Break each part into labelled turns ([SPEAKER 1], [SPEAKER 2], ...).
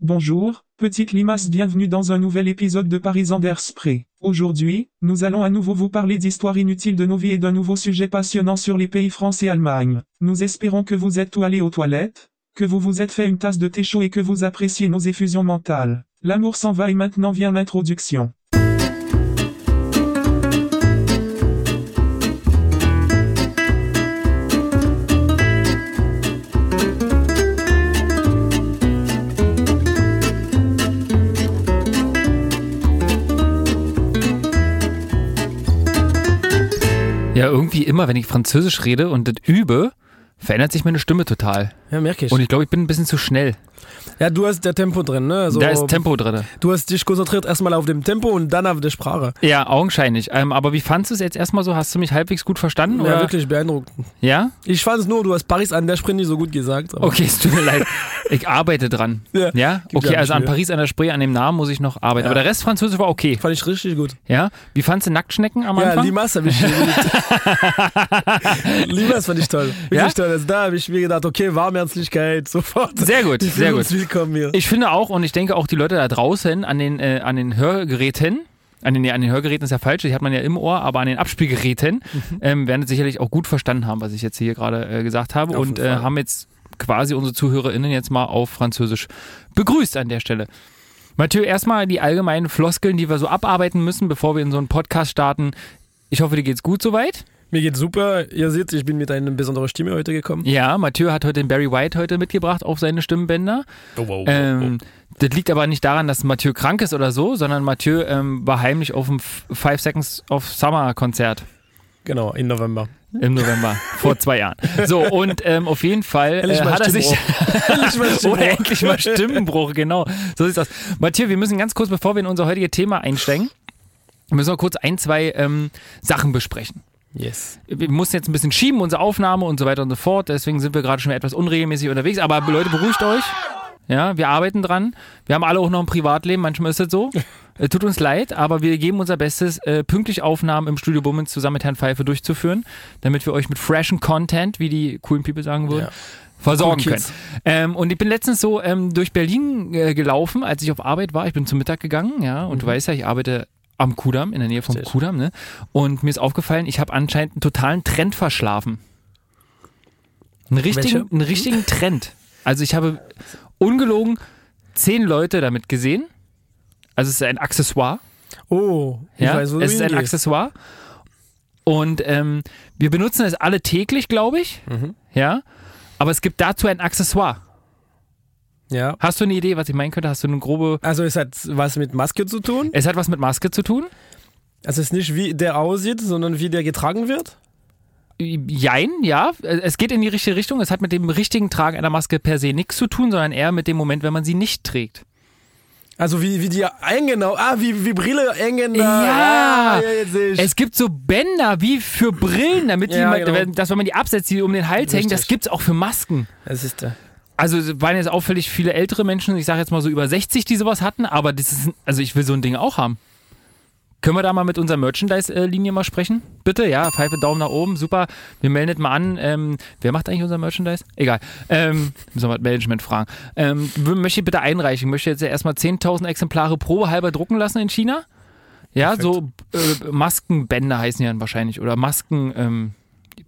[SPEAKER 1] Bonjour, petite limace, bienvenue dans un nouvel épisode de Paris Anders Spray. Aujourd'hui, nous allons à nouveau vous parler d'histoires inutiles de nos vies et d'un nouveau sujet passionnant sur les pays France et Allemagne. Nous espérons que vous êtes tout allé aux toilettes, que vous vous êtes fait une tasse de thé chaud et que vous appréciez nos effusions mentales. L'amour s'en va et maintenant vient l'introduction.
[SPEAKER 2] Ja, irgendwie immer, wenn ich Französisch rede und das übe, verändert sich meine Stimme total.
[SPEAKER 3] Ja, merke ich.
[SPEAKER 2] Und ich glaube, ich bin ein bisschen zu schnell.
[SPEAKER 3] Ja, du hast der Tempo drin, ne? Also,
[SPEAKER 2] da ist Tempo drin.
[SPEAKER 3] Du hast dich konzentriert erstmal auf dem Tempo und dann auf der Sprache.
[SPEAKER 2] Ja, augenscheinlich. Ähm, aber wie fandst du es jetzt erstmal so? Hast du mich halbwegs gut verstanden?
[SPEAKER 3] Ja,
[SPEAKER 2] oder?
[SPEAKER 3] wirklich beeindruckend.
[SPEAKER 2] Ja?
[SPEAKER 3] Ich fand es nur, du hast Paris an der Sprint nicht so gut gesagt. aber-
[SPEAKER 2] Okay, es tut mir leid. Ich arbeite dran.
[SPEAKER 3] Ja. Gibt
[SPEAKER 2] Okay,
[SPEAKER 3] ja
[SPEAKER 2] also an
[SPEAKER 3] nicht viel.
[SPEAKER 2] Paris an der Spree, an dem Namen muss ich noch arbeiten.
[SPEAKER 3] Ja.
[SPEAKER 2] Aber der Rest Französisch war okay.
[SPEAKER 3] Fand ich richtig gut.
[SPEAKER 2] Ja? Wie fandst du Nacktschnecken am
[SPEAKER 3] Ja,
[SPEAKER 2] Anfang?
[SPEAKER 3] Limas habe ich sehr geliebt. Limas fand ich toll. Wirklich
[SPEAKER 2] Ja?
[SPEAKER 3] toll. Also, da habe ich mir gedacht, okay, Warmherzlichkeit, sofort.
[SPEAKER 2] Sehr gut,
[SPEAKER 3] Die fühlen
[SPEAKER 2] sehr
[SPEAKER 3] uns
[SPEAKER 2] gut.
[SPEAKER 3] willkommen hier.
[SPEAKER 2] Ich finde auch, und ich denke auch die Leute da draußen an den, äh, an den Hörgeräten, an den, nee, an den Hörgeräten ist ja falsch, die hat man ja im Ohr, aber an den Abspielgeräten
[SPEAKER 3] Mhm.
[SPEAKER 2] ähm, werden es sicherlich auch gut verstanden haben, was ich jetzt hier gerade äh, gesagt habe.
[SPEAKER 3] Auf
[SPEAKER 2] und
[SPEAKER 3] jeden
[SPEAKER 2] äh,
[SPEAKER 3] Fall.
[SPEAKER 2] haben jetzt quasi unsere ZuhörerInnen jetzt mal auf Französisch begrüßt an der Stelle. Mathieu, erstmal die allgemeinen Floskeln, die wir so abarbeiten müssen, bevor wir in so einen Podcast starten. Ich hoffe, dir geht's gut soweit.
[SPEAKER 3] Mir geht's super. Ihr seht, ich bin mit einer besonderen Stimme heute gekommen.
[SPEAKER 2] Ja, Mathieu hat heute den Barry White heute mitgebracht auf seine Stimmbänder.
[SPEAKER 3] Oh,
[SPEAKER 2] Ähm, das liegt aber nicht daran, dass Mathieu krank ist oder so, sondern Mathieu ähm, war heimlich auf dem F- Five Seconds of Summer Konzert
[SPEAKER 3] Genau, in November.
[SPEAKER 2] im November vor zwei Jahren. So, und ähm, auf jeden Fall äh,
[SPEAKER 3] Endlich mal
[SPEAKER 2] hat er sich.
[SPEAKER 3] Stimmbruch. Endlich mal
[SPEAKER 2] Oder
[SPEAKER 3] Stimmbruch.
[SPEAKER 2] endlich mal Stimmenbruch, genau. So sieht's aus. Mathieu, wir müssen ganz kurz, bevor wir in unser heutiges Thema einsteigen, müssen wir kurz ein, zwei ähm, Sachen besprechen
[SPEAKER 3] Yes.
[SPEAKER 2] wir mussten jetzt ein bisschen schieben, unsere Aufnahme und so weiter und so fort. Deswegen sind wir gerade schon etwas unregelmäßig unterwegs. Aber Leute, beruhigt euch. Ja, wir arbeiten dran. Wir haben alle auch noch ein Privatleben. Manchmal ist das so. Äh, Tut uns leid, aber wir geben unser Bestes, äh, pünktlich Aufnahmen im Studio Bummens zusammen mit Herrn Pfeife durchzuführen, damit wir euch mit freshen Content, wie die coolen People sagen würden,
[SPEAKER 3] Ja.
[SPEAKER 2] versorgen
[SPEAKER 3] Cool
[SPEAKER 2] können.
[SPEAKER 3] Kids.
[SPEAKER 2] Ähm, und ich bin letztens so ähm, durch Berlin äh, gelaufen, als ich auf Arbeit war. Ich bin zum Mittag gegangen, ja. Und du
[SPEAKER 3] Mhm.
[SPEAKER 2] weißt ja, ich arbeite am Kudamm, in der Nähe vom
[SPEAKER 3] Richtig.
[SPEAKER 2] Kudamm, ne? Und mir ist aufgefallen, ich habe anscheinend einen totalen Trend verschlafen. Einen richtigen,
[SPEAKER 3] Welche? Hm?
[SPEAKER 2] einen richtigen Trend. Also ich habe ungelogen zehn Leute damit gesehen. Also es ist ein Accessoire.
[SPEAKER 3] Oh, ich
[SPEAKER 2] Ja,
[SPEAKER 3] weiß, wo
[SPEAKER 2] es
[SPEAKER 3] du
[SPEAKER 2] ist ein
[SPEAKER 3] hingehst.
[SPEAKER 2] Accessoire. Und ähm, wir benutzen es alle täglich, glaube ich.
[SPEAKER 3] Mhm.
[SPEAKER 2] Ja. Aber es gibt dazu ein Accessoire.
[SPEAKER 3] Ja.
[SPEAKER 2] Hast du eine Idee, was ich meinen könnte? Hast du eine grobe.
[SPEAKER 3] Also es hat was mit Maske zu tun.
[SPEAKER 2] Es hat was mit Maske zu tun?
[SPEAKER 3] Also es ist nicht wie der aussieht, sondern wie der getragen wird.
[SPEAKER 2] Jein, ja. Es geht in die richtige Richtung. Es hat mit dem richtigen Tragen einer Maske per se nichts zu tun, sondern eher mit dem Moment, wenn man sie nicht trägt.
[SPEAKER 3] Also wie, wie die eingenau, ah, wie, wie Brille engen da.
[SPEAKER 2] Ja.
[SPEAKER 3] ah, ja jetzt sehe ich.
[SPEAKER 2] Es gibt so Bänder wie für Brillen, damit die,
[SPEAKER 3] Ja,
[SPEAKER 2] man-
[SPEAKER 3] genau.
[SPEAKER 2] dass wenn man die absetzt, die um den Hals hängen, das
[SPEAKER 3] Richtig.
[SPEAKER 2] gibt es auch für Masken.
[SPEAKER 3] Es ist der.
[SPEAKER 2] Also es waren jetzt auffällig viele ältere Menschen, ich sage jetzt mal so über 60, die sowas hatten, aber das ist, also ich will so ein Ding auch haben. Können wir da mal mit unserer Merchandise-Linie mal sprechen? Bitte, ja, Pfeife, Daumen nach oben, super. Wir melden das mal an. Ähm, wer macht eigentlich unser Merchandise? Egal. Ähm, müssen wir mal das Management fragen. Ähm, w- möchte ich bitte einreichen? Ich möchte jetzt ja erstmal 10.000 Exemplare probehalber drucken lassen in China. Ja, so äh, Maskenbänder heißen die dann wahrscheinlich. Oder Masken, ähm,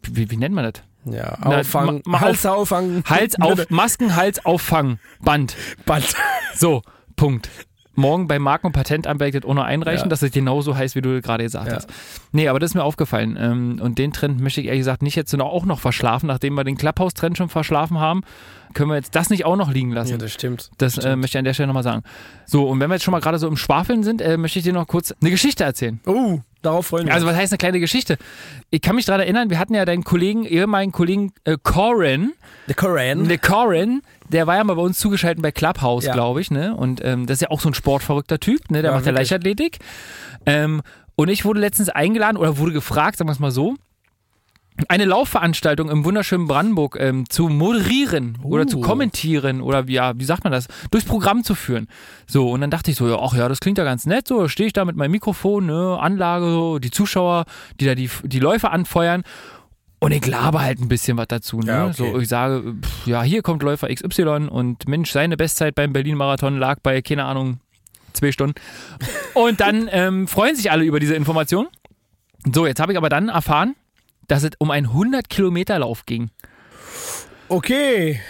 [SPEAKER 2] wie, wie nennt man das?
[SPEAKER 3] Ja,
[SPEAKER 2] Na,
[SPEAKER 3] auffangen.
[SPEAKER 2] ma- ma-
[SPEAKER 3] Hals auffangen.
[SPEAKER 2] Hals auf, Masken, Hals auffangen, Band.
[SPEAKER 3] Band.
[SPEAKER 2] So, Punkt. Morgen bei Marken- und Patentamt werde ich das auch noch einreichen,
[SPEAKER 3] Ja.
[SPEAKER 2] dass es genauso heißt, wie du gerade gesagt
[SPEAKER 3] Ja.
[SPEAKER 2] hast. Nee, aber das ist mir aufgefallen. Ähm, Und den Trend möchte ich ehrlich gesagt nicht jetzt noch- auch noch verschlafen. Nachdem wir den Clubhouse-Trend schon verschlafen haben, können wir jetzt das nicht auch noch liegen
[SPEAKER 3] Ja,
[SPEAKER 2] lassen.
[SPEAKER 3] das stimmt.
[SPEAKER 2] das äh, möchte ich an der Stelle nochmal sagen. So, und wenn wir jetzt schon mal gerade so im Schwafeln sind, äh, möchte ich dir noch kurz eine Geschichte erzählen.
[SPEAKER 3] Oh, darauf freuen wir
[SPEAKER 2] Also,
[SPEAKER 3] uns.
[SPEAKER 2] was heißt eine kleine Geschichte? Ich kann mich daran erinnern, wir hatten ja deinen Kollegen, ehemaligen Kollegen äh, Corin,
[SPEAKER 3] Der Koran.
[SPEAKER 2] der Ne, Corin, der war ja mal bei uns zugeschaltet bei Clubhouse,
[SPEAKER 3] Ja.
[SPEAKER 2] glaube ich, ne? Und ähm, das ist ja auch so ein sportverrückter Typ, ne? Der
[SPEAKER 3] Ja,
[SPEAKER 2] macht ja
[SPEAKER 3] wirklich.
[SPEAKER 2] Leichtathletik. Ähm, und ich wurde letztens eingeladen oder wurde gefragt, sagen wir es mal so, eine Laufveranstaltung im wunderschönen Brandenburg ähm, zu moderieren oder zu
[SPEAKER 3] Oh.
[SPEAKER 2] kommentieren oder wie, ja, wie sagt man das, durchs Programm zu führen. So, und dann dachte ich so, ja, ach ja, das klingt ja ganz nett, so, stehe ich da mit meinem Mikrofon, ne, Anlage, so, die Zuschauer, die da die, die Läufe anfeuern. Und ich laber halt ein bisschen was dazu. Ne?
[SPEAKER 3] Ja, okay.
[SPEAKER 2] So, ich sage, pff, ja, hier kommt Läufer XY und Mensch, seine Bestzeit beim Berlin-Marathon lag bei, keine Ahnung, zwei Stunden. Und dann ähm, freuen sich alle über diese Information. So, jetzt habe ich aber dann erfahren, dass es um einen 100-Kilometer-Lauf ging.
[SPEAKER 3] Okay.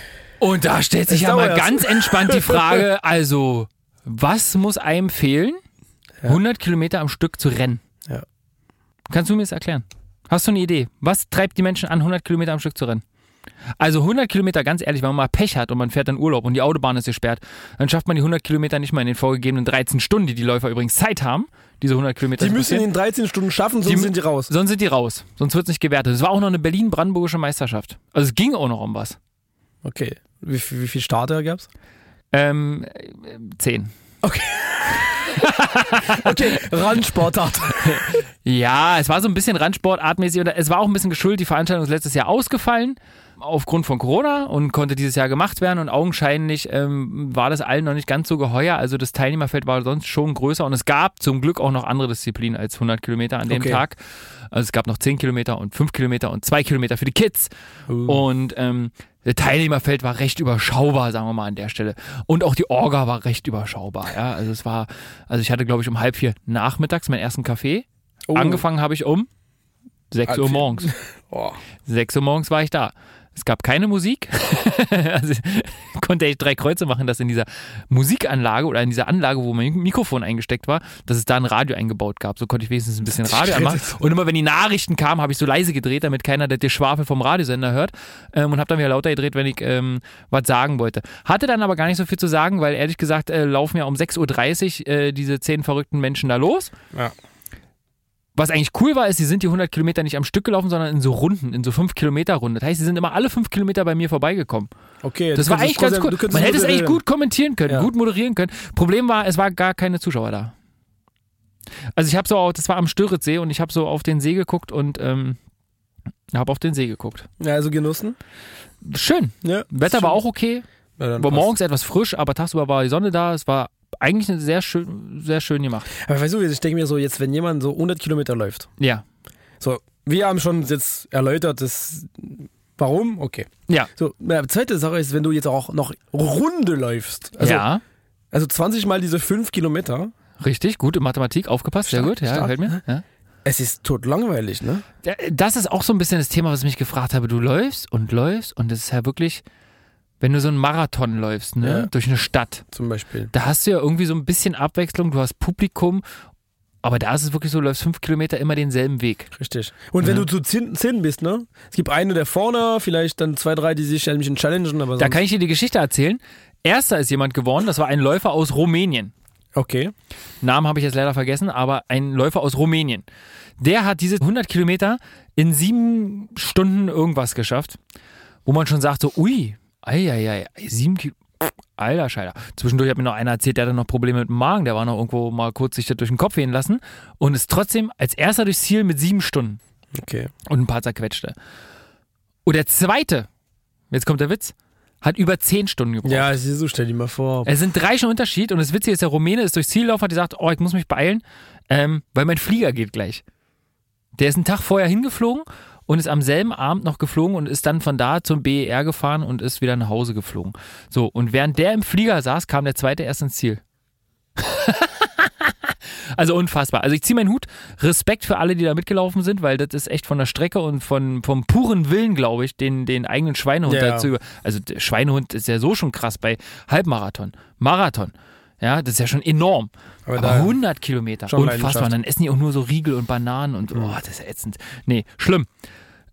[SPEAKER 2] Und da stellt sich
[SPEAKER 3] Es
[SPEAKER 2] ja mal
[SPEAKER 3] dauert.
[SPEAKER 2] ganz entspannt die Frage, also, was muss einem fehlen, 100 Kilometer am Stück zu rennen?
[SPEAKER 3] Ja.
[SPEAKER 2] Kannst du mir das erklären? Hast du eine Idee? Was treibt die Menschen an, 100 Kilometer am Stück zu rennen? Also 100 Kilometer, ganz ehrlich, wenn man mal Pech hat und man fährt in Urlaub und die Autobahn ist gesperrt, dann schafft man die 100 Kilometer nicht mal in den vorgegebenen 13 Stunden, die die Läufer übrigens Zeit haben, diese 100 Kilometer
[SPEAKER 3] Die
[SPEAKER 2] zu
[SPEAKER 3] müssen
[SPEAKER 2] passieren.
[SPEAKER 3] in 13 Stunden schaffen, sonst
[SPEAKER 2] Die-
[SPEAKER 3] sind die raus.
[SPEAKER 2] Sonst sind die raus. Sonst wird es nicht gewertet. Es war auch noch eine Berlin-Brandenburgische Meisterschaft. Also es ging auch noch um was.
[SPEAKER 3] Okay. Wie, viel- wie viele Starter gab's?
[SPEAKER 2] Ähm, äh, zehn.
[SPEAKER 3] Okay, Randsportart.
[SPEAKER 2] Ja, es war so ein bisschen Randsportartmäßig und es war auch ein bisschen geschuldet. Die Veranstaltung ist letztes Jahr ausgefallen aufgrund von Corona und konnte dieses Jahr gemacht werden und augenscheinlich ähm, war das allen noch nicht ganz so geheuer. Also das Teilnehmerfeld war sonst schon größer und es gab zum Glück auch noch andere Disziplinen als 100 Kilometer an dem
[SPEAKER 3] Okay.
[SPEAKER 2] Tag. Also es gab noch 10 Kilometer und 5 Kilometer und 2 Kilometer für die Kids und ähm, das Teilnehmerfeld war recht überschaubar, sagen wir mal an der Stelle. Und auch die Orga war recht überschaubar. Ja? Also es war, also ich hatte glaube ich um halb vier nachmittags meinen ersten Kaffee.
[SPEAKER 3] Oh.
[SPEAKER 2] Angefangen habe ich um 6
[SPEAKER 3] Halb
[SPEAKER 2] Uhr
[SPEAKER 3] vier.
[SPEAKER 2] morgens.
[SPEAKER 3] Oh.
[SPEAKER 2] 6 Uhr morgens war ich da. Es gab keine Musik. also konnte ich drei Kreuze machen, dass in dieser Musikanlage oder in dieser Anlage, wo mein Mikrofon eingesteckt war, dass es da ein Radio eingebaut gab. So konnte ich wenigstens ein bisschen Radio anmachen. Und immer wenn die Nachrichten kamen, habe ich so leise gedreht, damit keiner der Geschwafel vom Radiosender hört. Ähm, und habe dann wieder lauter gedreht, wenn ich ähm, was sagen wollte. Hatte dann aber gar nicht so viel zu sagen, weil ehrlich gesagt äh, laufen ja um 6.30 Uhr äh, diese zehn verrückten Menschen da los.
[SPEAKER 3] Ja.
[SPEAKER 2] Was eigentlich cool war, ist, sie sind die 100 Kilometer nicht am Stück gelaufen, sondern in so Runden, in so 5-Kilometer-Runden. Das heißt, sie sind immer alle 5 Kilometer bei mir vorbeigekommen.
[SPEAKER 3] Okay.
[SPEAKER 2] Das
[SPEAKER 3] du
[SPEAKER 2] war
[SPEAKER 3] könntest
[SPEAKER 2] eigentlich ganz
[SPEAKER 3] kurz-
[SPEAKER 2] cool.
[SPEAKER 3] du könntest
[SPEAKER 2] Man hätte es
[SPEAKER 3] kurz-
[SPEAKER 2] eigentlich gut kommentieren können,
[SPEAKER 3] Ja.
[SPEAKER 2] gut moderieren können. Problem war, es war gar keine Zuschauer da. Also ich habe so, auf- das war am Störitzsee und ich habe so auf den See geguckt und ähm, habe auf den See geguckt.
[SPEAKER 3] Ja, also genossen.
[SPEAKER 2] Schön.
[SPEAKER 3] Ja,
[SPEAKER 2] Wetter war auch okay.
[SPEAKER 3] Ja, dann
[SPEAKER 2] War
[SPEAKER 3] passt.
[SPEAKER 2] morgens etwas frisch, aber tagsüber war die Sonne da. Es war eigentlich eine sehr schön, sehr schön gemacht.
[SPEAKER 3] Aber weißt du, ich denke mir so, jetzt, wenn jemand so 100 Kilometer läuft,
[SPEAKER 2] Ja.
[SPEAKER 3] so, wir haben schon jetzt erläutert, das, warum, okay.
[SPEAKER 2] Ja.
[SPEAKER 3] So, na, zweite Sache ist, wenn du jetzt auch noch Runde läufst, also,
[SPEAKER 2] ja.
[SPEAKER 3] also 20 mal diese 5 Kilometer,
[SPEAKER 2] Richtig, gut in Mathematik, aufgepasst, sehr
[SPEAKER 3] Stark,
[SPEAKER 2] gut, ja,
[SPEAKER 3] stark,
[SPEAKER 2] gefällt mir. Ja.
[SPEAKER 3] es ist tot langweilig, ne?
[SPEAKER 2] Das ist auch so ein bisschen das Thema, was ich mich gefragt habe. Du läufst und läufst und das ist ja wirklich, wenn du so einen Marathon läufst, ne,
[SPEAKER 3] Ja.
[SPEAKER 2] durch eine Stadt,
[SPEAKER 3] Zum Beispiel.
[SPEAKER 2] da hast du ja irgendwie so ein bisschen Abwechslung, du hast Publikum, aber da ist es wirklich so, du läufst fünf Kilometer immer denselben Weg.
[SPEAKER 3] Richtig. Und
[SPEAKER 2] Mhm.
[SPEAKER 3] wenn du zu 10, 10 bist, ne? Es gibt eine, der vorne, vielleicht dann zwei, drei, die sich ein bisschen challengen, aber
[SPEAKER 2] Da
[SPEAKER 3] sonst.
[SPEAKER 2] kann ich dir die Geschichte erzählen. Erster ist jemand geworden, das war ein Läufer aus Rumänien.
[SPEAKER 3] Okay.
[SPEAKER 2] Namen habe ich jetzt leider vergessen, aber ein Läufer aus Rumänien. Der hat diese 100 Kilometer in sieben Stunden irgendwas geschafft, wo man schon sagt so, ui, eieiei, sieben Kilometer. Alter Scheider. Zwischendurch hat mir noch einer erzählt, der hatte noch Probleme mit dem Magen, der war noch irgendwo mal kurz sich das durch den Kopf wehen lassen und ist trotzdem als erster durchs Ziel mit sieben Stunden
[SPEAKER 3] Okay.
[SPEAKER 2] und ein paar zerquetschte. Und der zweite, jetzt kommt der Witz, hat über zehn Stunden gebraucht.
[SPEAKER 3] Ja, es ist so, stell dir mal vor.
[SPEAKER 2] Es sind drei schon Unterschied und das Witzige ist, der Rumäne ist durchs Ziel gelaufen, hat gesagt, oh, ich muss mich beeilen, ähm, weil mein Flieger geht gleich. Der ist einen Tag vorher hingeflogen und ist am selben Abend noch geflogen und ist dann von da zum BER gefahren und ist wieder nach Hause geflogen. So, und während der im Flieger saß, kam der zweite erst ins Ziel. also unfassbar. Also ich ziehe meinen Hut. Respekt für alle, die da mitgelaufen sind, weil das ist echt von der Strecke und von, vom puren Willen, glaube ich, den, den eigenen Schweinehund
[SPEAKER 3] Ja.
[SPEAKER 2] dazu. über- Also der Schweinehund ist ja so schon krass bei Halbmarathon, Marathon. Ja, das ist ja schon enorm.
[SPEAKER 3] Aber
[SPEAKER 2] Aber,
[SPEAKER 3] da-
[SPEAKER 2] 100 Kilometer,
[SPEAKER 3] Schon
[SPEAKER 2] unfassbar.
[SPEAKER 3] Leidenschaft. Hm.
[SPEAKER 2] Und dann essen die auch nur so Riegel und Bananen und oh, das ist ja ätzend. Nee, schlimm.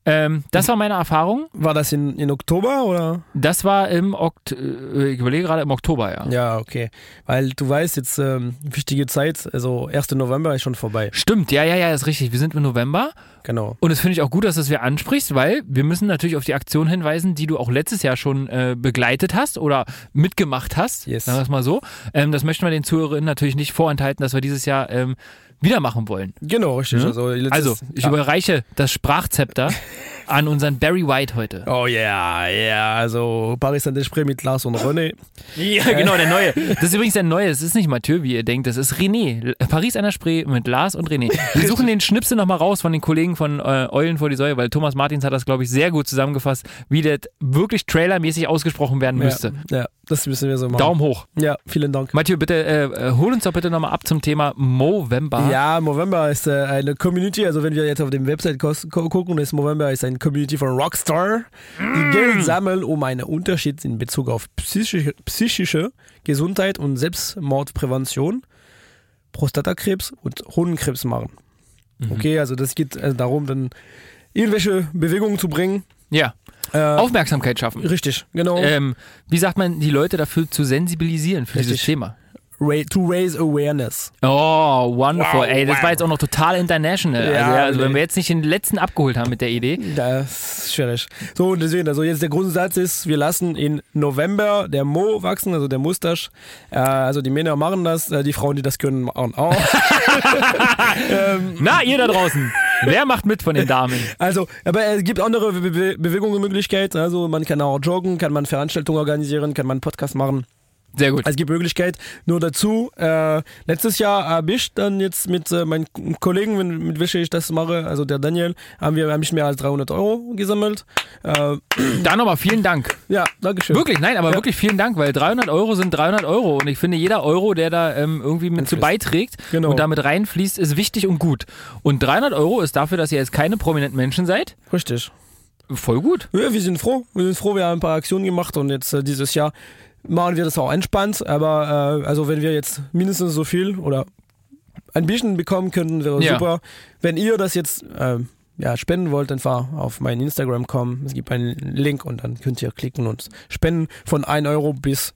[SPEAKER 2] Ähm, das war meine Erfahrung.
[SPEAKER 3] War das in, in Oktober oder?
[SPEAKER 2] Das war im Okt äh, ich überlege gerade im Oktober, ja.
[SPEAKER 3] Ja, okay. Weil du weißt, jetzt ähm, wichtige Zeit, also 1. November ist schon vorbei.
[SPEAKER 2] Stimmt, ja, ja, ja, ist richtig. Wir sind im November
[SPEAKER 3] Genau.
[SPEAKER 2] und das finde ich auch gut, dass du es wir ansprichst, weil wir müssen natürlich auf die Aktion hinweisen, die du auch letztes Jahr schon äh, begleitet hast oder mitgemacht hast.
[SPEAKER 3] Yes.
[SPEAKER 2] Sagen wir es mal so. Ähm, das möchten wir den Zuhörerinnen natürlich nicht vorenthalten, dass wir dieses Jahr ähm, wieder machen wollen.
[SPEAKER 3] Genau, richtig. Also, letztes-
[SPEAKER 2] Also, ich
[SPEAKER 3] ja.
[SPEAKER 2] überreiche das Sprachzepter an unseren Barry White heute.
[SPEAKER 3] Oh ja, yeah, ja, yeah. also Paris Saint-Exprès mit Lars und René.
[SPEAKER 2] Ja, genau, der neue. Das ist übrigens der neue. Das ist nicht Mathieu, wie ihr denkt. Das ist René. Paris an der Spree mit Lars und René. Wir suchen den Schnipsel nochmal raus von den Kollegen von äh, Eulen vor die Säue, weil Thomas Martins hat das, glaube ich, sehr gut zusammengefasst, wie das wirklich trailermäßig ausgesprochen werden müsste.
[SPEAKER 3] Ja, ja, das müssen wir so machen.
[SPEAKER 2] Daumen hoch.
[SPEAKER 3] Ja, vielen Dank.
[SPEAKER 2] Mathieu, bitte äh, äh, hol uns doch bitte nochmal ab zum Thema Movember.
[SPEAKER 3] Ja, Movember ist äh, eine Community, also wenn wir jetzt auf dem Website kos- ko- gucken, ist Movember ist eine Community von Rockstar, die Geld sammeln, um einen Unterschied in Bezug auf psychische, psychische Gesundheit und Selbstmordprävention, Prostatakrebs und Hodenkrebs machen. Okay, also das geht äh, darum, dann irgendwelche Bewegungen zu bringen.
[SPEAKER 2] Ja.
[SPEAKER 3] Äh,
[SPEAKER 2] Aufmerksamkeit schaffen.
[SPEAKER 3] richtig, genau.
[SPEAKER 2] Ähm, wie sagt man, die Leute dafür zu sensibilisieren für dieses
[SPEAKER 3] Richtig.
[SPEAKER 2] Thema?
[SPEAKER 3] Ra to raise awareness.
[SPEAKER 2] Oh, wonderful.
[SPEAKER 3] Wow,
[SPEAKER 2] Ey, das
[SPEAKER 3] wow.
[SPEAKER 2] war jetzt auch noch total international.
[SPEAKER 3] Ja,
[SPEAKER 2] also, ja, also wenn
[SPEAKER 3] nee.
[SPEAKER 2] wir jetzt nicht den letzten abgeholt haben mit der Idee.
[SPEAKER 3] Das ist schwierig. So, und deswegen, also jetzt der Grundsatz ist, wir lassen in November der Mo wachsen, also der Mustache. Äh, also die Männer machen das, äh, die Frauen, die das können, machen auch.
[SPEAKER 2] Na, ihr da draußen. Wer macht mit von den Damen?
[SPEAKER 3] Also, aber es gibt andere Be Be Bewegungsmöglichkeiten. Also man kann auch joggen, kann man Veranstaltungen organisieren, kann man einen Podcast machen.
[SPEAKER 2] Sehr gut.
[SPEAKER 3] Es gibt Möglichkeiten. Nur dazu, äh, letztes Jahr habe ich dann jetzt mit äh, meinen Kollegen, wenn- mit welchen ich das mache, also der Daniel, haben wir haben ich mehr als 300 Euro gesammelt. Äh,
[SPEAKER 2] Da nochmal vielen Dank.
[SPEAKER 3] ja, Dankeschön.
[SPEAKER 2] Wirklich, nein, aber wirklich vielen Dank, weil 300 Euro sind 300 Euro und ich finde, jeder Euro, der da ähm, irgendwie mit zu beiträgt
[SPEAKER 3] Genau.
[SPEAKER 2] und damit reinfließt, ist wichtig und gut. Und 300 Euro ist dafür, dass ihr jetzt keine prominenten Menschen seid,
[SPEAKER 3] Richtig.
[SPEAKER 2] voll gut.
[SPEAKER 3] Ja, wir sind froh. Wir sind froh, wir haben ein paar Aktionen gemacht und jetzt äh, dieses Jahr machen wir das auch entspannt. Aber äh, also wenn wir jetzt mindestens so viel oder ein bisschen bekommen könnten, wäre
[SPEAKER 2] Ja.
[SPEAKER 3] super. Wenn ihr das jetzt ähm, ja, spenden wollt, einfach auf mein Instagram kommen. Es gibt einen Link und dann könnt ihr klicken und spenden von 1 Euro bis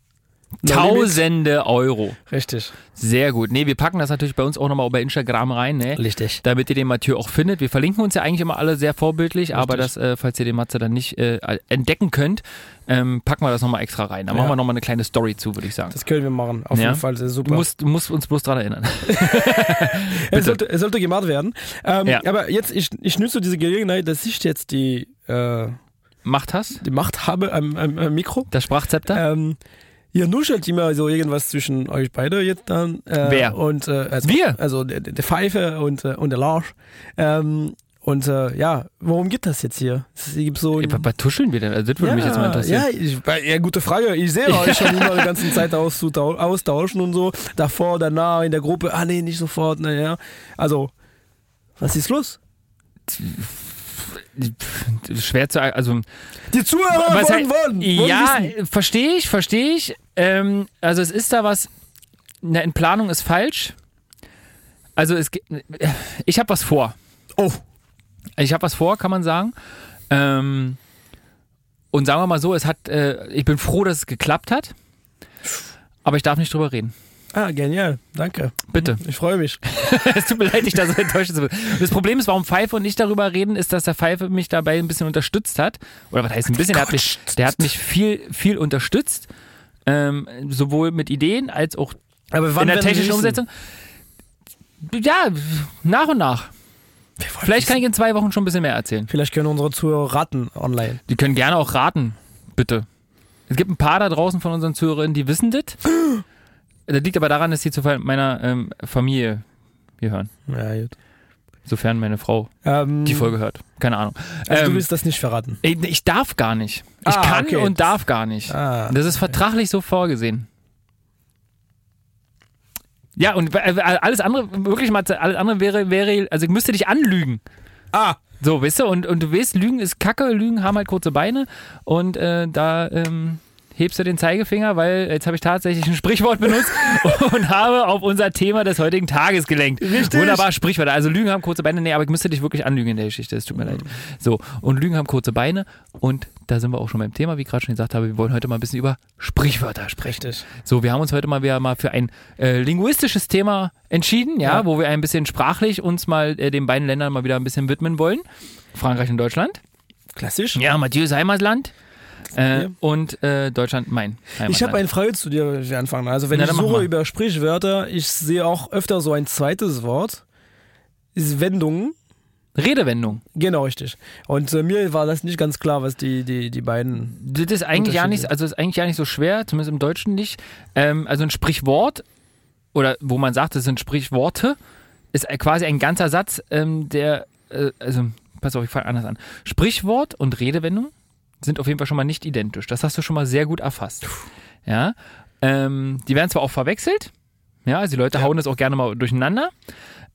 [SPEAKER 3] No Limit.
[SPEAKER 2] Tausende Euro.
[SPEAKER 3] Richtig.
[SPEAKER 2] Sehr gut. Nee, wir packen das natürlich bei uns auch nochmal bei Instagram rein, ne?
[SPEAKER 3] Richtig.
[SPEAKER 2] damit ihr den Mathieu auch findet. Wir verlinken uns ja eigentlich immer alle sehr vorbildlich, aber das, äh, falls ihr den Matze dann nicht äh, entdecken könnt, ähm, packen wir das nochmal extra rein. Da machen wir nochmal eine kleine Story zu, würde ich sagen.
[SPEAKER 3] Das können wir machen. Auf
[SPEAKER 2] Ja.
[SPEAKER 3] jeden Fall. Das ist super.
[SPEAKER 2] Du musst, du musst uns bloß dran erinnern.
[SPEAKER 3] Es sollte, es sollte gemacht werden. Ähm,
[SPEAKER 2] Ja.
[SPEAKER 3] Aber jetzt, ich, ich nütze diese Gelegenheit, dass ich jetzt die, äh,
[SPEAKER 2] Macht hast?
[SPEAKER 3] die Macht habe am, am, am Mikro.
[SPEAKER 2] Das Sprachzepter?
[SPEAKER 3] Ähm, ihr nuschelt immer so irgendwas zwischen euch beide jetzt dann. Äh,
[SPEAKER 2] Wer?
[SPEAKER 3] Und, äh, also,
[SPEAKER 2] Wir?
[SPEAKER 3] Also der, der Pfeife und, äh, und der Larsch. Ähm, und äh, ja, worum geht das jetzt hier? Es gibt so.
[SPEAKER 2] Ey, wa- Was tuscheln wir denn? Also, das würde mich jetzt mal interessieren.
[SPEAKER 3] ja, ich, ja, gute Frage. Ich sehe euch schon immer die ganze Zeit auszutau- austauschen und so. Davor, danach, in der Gruppe. Ah, nee, nicht sofort. Naja. Also, was ist los?
[SPEAKER 2] Pff, Schwer zu. Also,
[SPEAKER 3] Die Zuhörer
[SPEAKER 2] Was
[SPEAKER 3] wollen,
[SPEAKER 2] hei-
[SPEAKER 3] wollen, wollen.
[SPEAKER 2] ja,
[SPEAKER 3] wissen.
[SPEAKER 2] verstehe ich, verstehe ich. Ähm, also es ist da was, na, in Planung ist falsch. Also es, ge- ich habe was vor.
[SPEAKER 3] Oh.
[SPEAKER 2] Ich habe was vor, kann man sagen. Ähm, und sagen wir mal so, es hat, äh, ich bin froh, dass es geklappt hat. Aber ich darf nicht drüber reden.
[SPEAKER 3] Ah, genial. Danke.
[SPEAKER 2] Bitte.
[SPEAKER 3] Ich freue mich.
[SPEAKER 2] Es tut mir leid, dich da so enttäuschen zu müssen. Das Problem ist, warum Pfeife und ich darüber reden, ist, dass der Pfeife mich dabei ein bisschen unterstützt hat. Oder was heißt ein bisschen? Der hat mich, der hat mich viel, viel unterstützt. Ähm, sowohl mit Ideen als auch
[SPEAKER 3] Aber wann
[SPEAKER 2] in der
[SPEAKER 3] werden wir
[SPEAKER 2] technischen
[SPEAKER 3] wissen?
[SPEAKER 2] Umsetzung. Ja, nach und nach.
[SPEAKER 3] Wir wollen
[SPEAKER 2] Vielleicht kann
[SPEAKER 3] wissen.
[SPEAKER 2] ich in zwei Wochen schon ein bisschen mehr erzählen.
[SPEAKER 3] Vielleicht können unsere Zuhörer raten online.
[SPEAKER 2] Die können gerne auch raten, bitte. Es gibt ein paar da draußen von unseren Zuhörerinnen, die wissen das. Das liegt aber daran, dass sie zu meiner ähm, Familie gehören.
[SPEAKER 3] Ja, gut.
[SPEAKER 2] Sofern meine Frau
[SPEAKER 3] Ähm,
[SPEAKER 2] die Folge hört. Keine Ahnung.
[SPEAKER 3] Also du
[SPEAKER 2] Ähm,
[SPEAKER 3] willst das nicht verraten.
[SPEAKER 2] ich, ich darf gar nicht. Ich
[SPEAKER 3] Ah,
[SPEAKER 2] kann
[SPEAKER 3] okay.
[SPEAKER 2] und darf gar nicht.
[SPEAKER 3] Ah.
[SPEAKER 2] Das ist vertraglich so vorgesehen. Ja, und äh, alles andere, wirklich mal, alles andere wäre, wäre, also ich müsste dich anlügen.
[SPEAKER 3] Ah,
[SPEAKER 2] So, weißt du, und, und du weißt, Lügen ist Kacke, Lügen haben halt kurze Beine und äh, da ähm, hebst du den Zeigefinger, weil jetzt habe ich tatsächlich ein Sprichwort benutzt und habe auf unser Thema des heutigen Tages gelenkt.
[SPEAKER 3] Richtig.
[SPEAKER 2] Wunderbar, Sprichwörter. Also Lügen haben kurze Beine, nee, aber ich müsste dich wirklich anlügen in der Geschichte, es tut mir leid. So, und Lügen haben kurze Beine und da sind wir auch schon beim Thema, wie ich gerade schon gesagt habe, wir wollen heute mal ein bisschen über Sprichwörter sprechen.
[SPEAKER 3] richtig.
[SPEAKER 2] So, wir haben uns heute mal wieder mal für ein äh, linguistisches Thema entschieden, ja,
[SPEAKER 3] Ja.
[SPEAKER 2] wo wir ein bisschen sprachlich uns mal äh, den beiden Ländern mal wieder ein bisschen widmen wollen. Frankreich und Deutschland.
[SPEAKER 3] Klassisch.
[SPEAKER 2] Ja, Mathieu ist Heimatland. Äh,
[SPEAKER 3] Ja.
[SPEAKER 2] Und äh, Deutschland mein Heimatland.
[SPEAKER 3] Ich habe eine Frage zu dir, wenn wir anfangen. Also wenn
[SPEAKER 2] Na,
[SPEAKER 3] ich
[SPEAKER 2] dann mach
[SPEAKER 3] suche
[SPEAKER 2] mal.
[SPEAKER 3] über Sprichwörter, ich sehe auch öfter so ein zweites Wort. Ist Wendungen.
[SPEAKER 2] Redewendung.
[SPEAKER 3] Genau, richtig. Und äh, mir war das nicht ganz klar, was die, die, die beiden.
[SPEAKER 2] Das ist eigentlich ja nicht, also ist eigentlich ja nicht so schwer, zumindest im Deutschen nicht. Ähm, also ein Sprichwort, oder wo man sagt, es sind Sprichworte, ist äh, quasi ein ganzer Satz, ähm, der, äh, also, pass auf, ich fange anders an. Sprichwort und Redewendung sind auf jeden Fall schon mal nicht identisch. Das hast du schon mal sehr gut erfasst. Ja. Ähm, die werden zwar auch verwechselt, ja, also die Leute hauen das auch gerne mal durcheinander.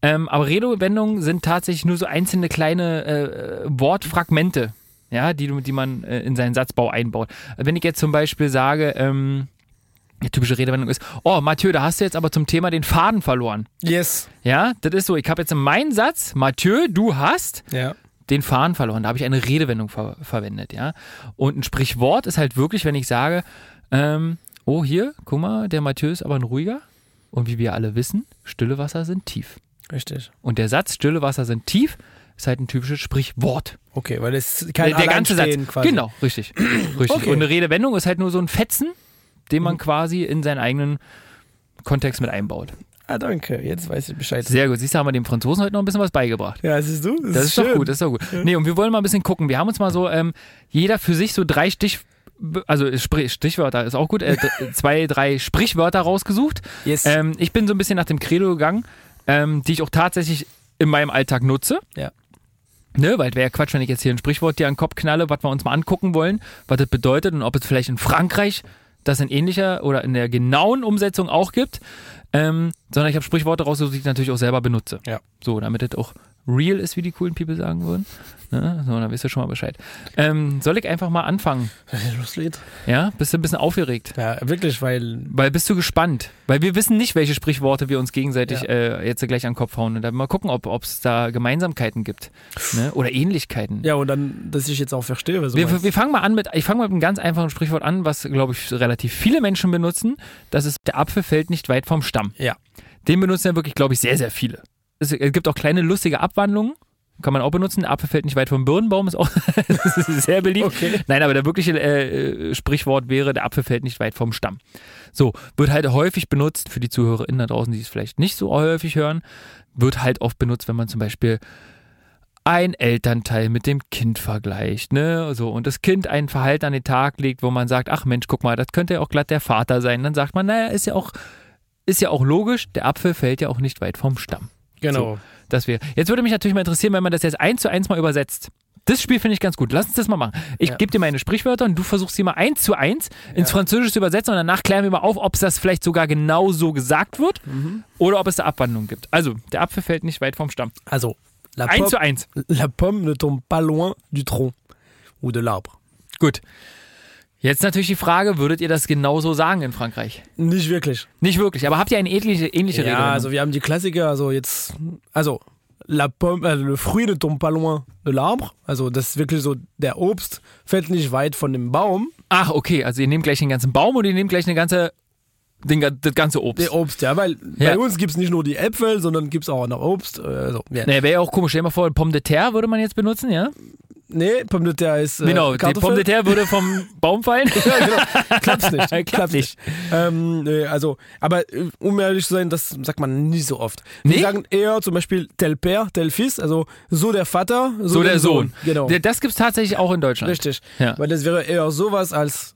[SPEAKER 2] Ähm, aber Redewendungen sind tatsächlich nur so einzelne kleine äh, äh, Wortfragmente, ja, die, du- die man äh, in seinen Satzbau einbaut. Wenn ich jetzt zum Beispiel sage, ähm, eine typische Redewendung ist, oh Mathieu, da hast du jetzt aber zum Thema den Faden verloren.
[SPEAKER 3] Yes.
[SPEAKER 2] Ja, das ist so, ich habe jetzt in meinem Satz, Mathieu, du hast
[SPEAKER 3] Ja.
[SPEAKER 2] den Faden verloren. Da habe ich eine Redewendung ver verwendet, ja. Und ein Sprichwort ist halt wirklich, wenn ich sage, ähm, oh hier, guck mal, der Mathieu ist aber ein ruhiger. Und wie wir alle wissen, stille Wasser sind tief.
[SPEAKER 3] Richtig.
[SPEAKER 2] Und der Satz, stille Wasser sind tief, ist halt ein typisches Sprichwort.
[SPEAKER 3] Okay, weil es kein
[SPEAKER 2] der, der ganze Satz.
[SPEAKER 3] Alleinstehen quasi.
[SPEAKER 2] Genau, richtig. richtig.
[SPEAKER 3] Okay. Mhm.
[SPEAKER 2] Und eine Redewendung ist halt nur so ein Fetzen, den man quasi in seinen eigenen Kontext mit einbaut.
[SPEAKER 3] Ah, danke. Jetzt weiß ich Bescheid.
[SPEAKER 2] Sehr gut. Siehst du, haben wir dem Franzosen heute noch ein bisschen was beigebracht.
[SPEAKER 3] ja, siehst du?
[SPEAKER 2] Das ist, doch gut, das ist doch gut. Nee, und wir wollen mal ein bisschen gucken. Wir haben uns mal so, ähm, jeder für sich so drei Stich, also Spr- Stichwörter ist auch gut, äh, d- zwei, drei Sprichwörter rausgesucht.
[SPEAKER 3] Yes.
[SPEAKER 2] Ähm, ich bin so ein bisschen nach dem Credo gegangen, ähm, die ich auch tatsächlich in meinem Alltag nutze.
[SPEAKER 3] Ja.
[SPEAKER 2] Ne, weil wäre ja Quatsch, wenn ich jetzt hier ein Sprichwort dir an den Kopf knalle, was wir uns mal angucken wollen, was das bedeutet und ob es vielleicht in Frankreich das in ähnlicher oder in der genauen Umsetzung auch gibt. Ähm, sondern ich habe Sprichworte rausgesucht, die ich natürlich auch selber benutze.
[SPEAKER 3] Ja.
[SPEAKER 2] So, damit das auch real ist, wie die coolen People sagen würden. Ne? So, dann wisst ihr schon mal Bescheid. Ähm, soll ich einfach mal anfangen?
[SPEAKER 3] Losgeht.
[SPEAKER 2] Ja? Bist du ein bisschen aufgeregt?
[SPEAKER 3] Ja, wirklich, weil
[SPEAKER 2] Weil bist du gespannt? Weil wir wissen nicht, welche Sprichworte wir uns gegenseitig
[SPEAKER 3] Ja.
[SPEAKER 2] äh, jetzt gleich an den Kopf hauen. Und dann mal gucken, ob es da Gemeinsamkeiten gibt. Ne? Oder Ähnlichkeiten.
[SPEAKER 3] Ja, und dann, dass ich jetzt auch verstehe, was du
[SPEAKER 2] Wir,
[SPEAKER 3] meinst.
[SPEAKER 2] wir fangen mal an mit, ich fange mit einem ganz einfachen Sprichwort an, was, glaube ich, relativ viele Menschen benutzen. Das ist, der Apfel fällt nicht weit vom Stamm.
[SPEAKER 3] Ja.
[SPEAKER 2] Den benutzen ja wirklich, glaube ich, sehr, sehr viele. Es gibt auch kleine lustige Abwandlungen. Kann man auch benutzen. Der Apfel fällt nicht weit vom Birnenbaum, ist auch das ist sehr beliebt.
[SPEAKER 3] Okay.
[SPEAKER 2] Nein, aber der wirkliche äh, äh, Sprichwort wäre, der Apfel fällt nicht weit vom Stamm. So, wird halt häufig benutzt für die ZuhörerInnen da draußen, die es vielleicht nicht so häufig hören, wird halt oft benutzt, wenn man zum Beispiel ein Elternteil mit dem Kind vergleicht, ne? So, und das Kind ein Verhalten an den Tag legt, wo man sagt, ach Mensch, guck mal, das könnte ja auch glatt der Vater sein. Dann sagt man, naja, ist ja auch, ist ja auch logisch, der Apfel fällt ja auch nicht weit vom Stamm.
[SPEAKER 3] Genau.
[SPEAKER 2] Das wäre. Jetzt würde mich natürlich mal interessieren, wenn man das jetzt eins zu eins mal übersetzt. Das Spiel finde ich ganz gut. Lass uns das mal machen. Ich
[SPEAKER 3] Ja.
[SPEAKER 2] gebe dir meine Sprichwörter und du versuchst sie mal eins zu eins ins Französische zu übersetzen und danach klären wir mal auf, ob es das vielleicht sogar genau so gesagt wird
[SPEAKER 3] Mhm.
[SPEAKER 2] oder ob es da Abwandlungen gibt. Also, der Apfel fällt nicht weit vom Stamm.
[SPEAKER 3] Also, la
[SPEAKER 2] Eins zu
[SPEAKER 3] pomme,
[SPEAKER 2] eins.
[SPEAKER 3] la pomme ne tombe pas loin du tronc ou de l'arbre.
[SPEAKER 2] Gut. Jetzt natürlich die Frage, würdet ihr das genauso sagen in Frankreich?
[SPEAKER 3] Nicht wirklich.
[SPEAKER 2] Nicht wirklich, aber habt ihr eine ähnliche, ähnliche
[SPEAKER 3] Ja,
[SPEAKER 2] Rede?
[SPEAKER 3] also wir haben die Klassiker, also jetzt, also la pomme, also le fruit ne tombe pas loin de l'arbre. Also das ist wirklich so, der Obst fällt nicht weit von dem Baum.
[SPEAKER 2] Ach, okay, also ihr nehmt gleich den ganzen Baum und ihr nehmt gleich eine ganze, den, ga- das ganze Obst.
[SPEAKER 3] Der Obst, ja, weil
[SPEAKER 2] Ja.
[SPEAKER 3] bei uns gibt es nicht nur die Äpfel, sondern gibt es auch noch Obst. äh, Also, ja.
[SPEAKER 2] Naja, wäre ja auch komisch. Stell dir mal vor, Pomme de Terre würde man jetzt benutzen, ja?
[SPEAKER 3] Nee, Pomme de terre ist äh,
[SPEAKER 2] genau, die
[SPEAKER 3] Kartoffel.
[SPEAKER 2] Pomme de Terre würde vom Baum fallen.
[SPEAKER 3] Ja, genau. Klappt's nicht.
[SPEAKER 2] Klappt
[SPEAKER 3] Ähm, nee, also, aber äh, um ehrlich zu sein, das sagt man nie so oft. Wir
[SPEAKER 2] Nee?
[SPEAKER 3] sagen eher zum Beispiel tel père, tel fils, also so der Vater, so,
[SPEAKER 2] so
[SPEAKER 3] der
[SPEAKER 2] der Sohn.
[SPEAKER 3] Genau,
[SPEAKER 2] Der- Das gibt es tatsächlich auch in Deutschland.
[SPEAKER 3] richtig.
[SPEAKER 2] Ja.
[SPEAKER 3] Weil das wäre eher sowas als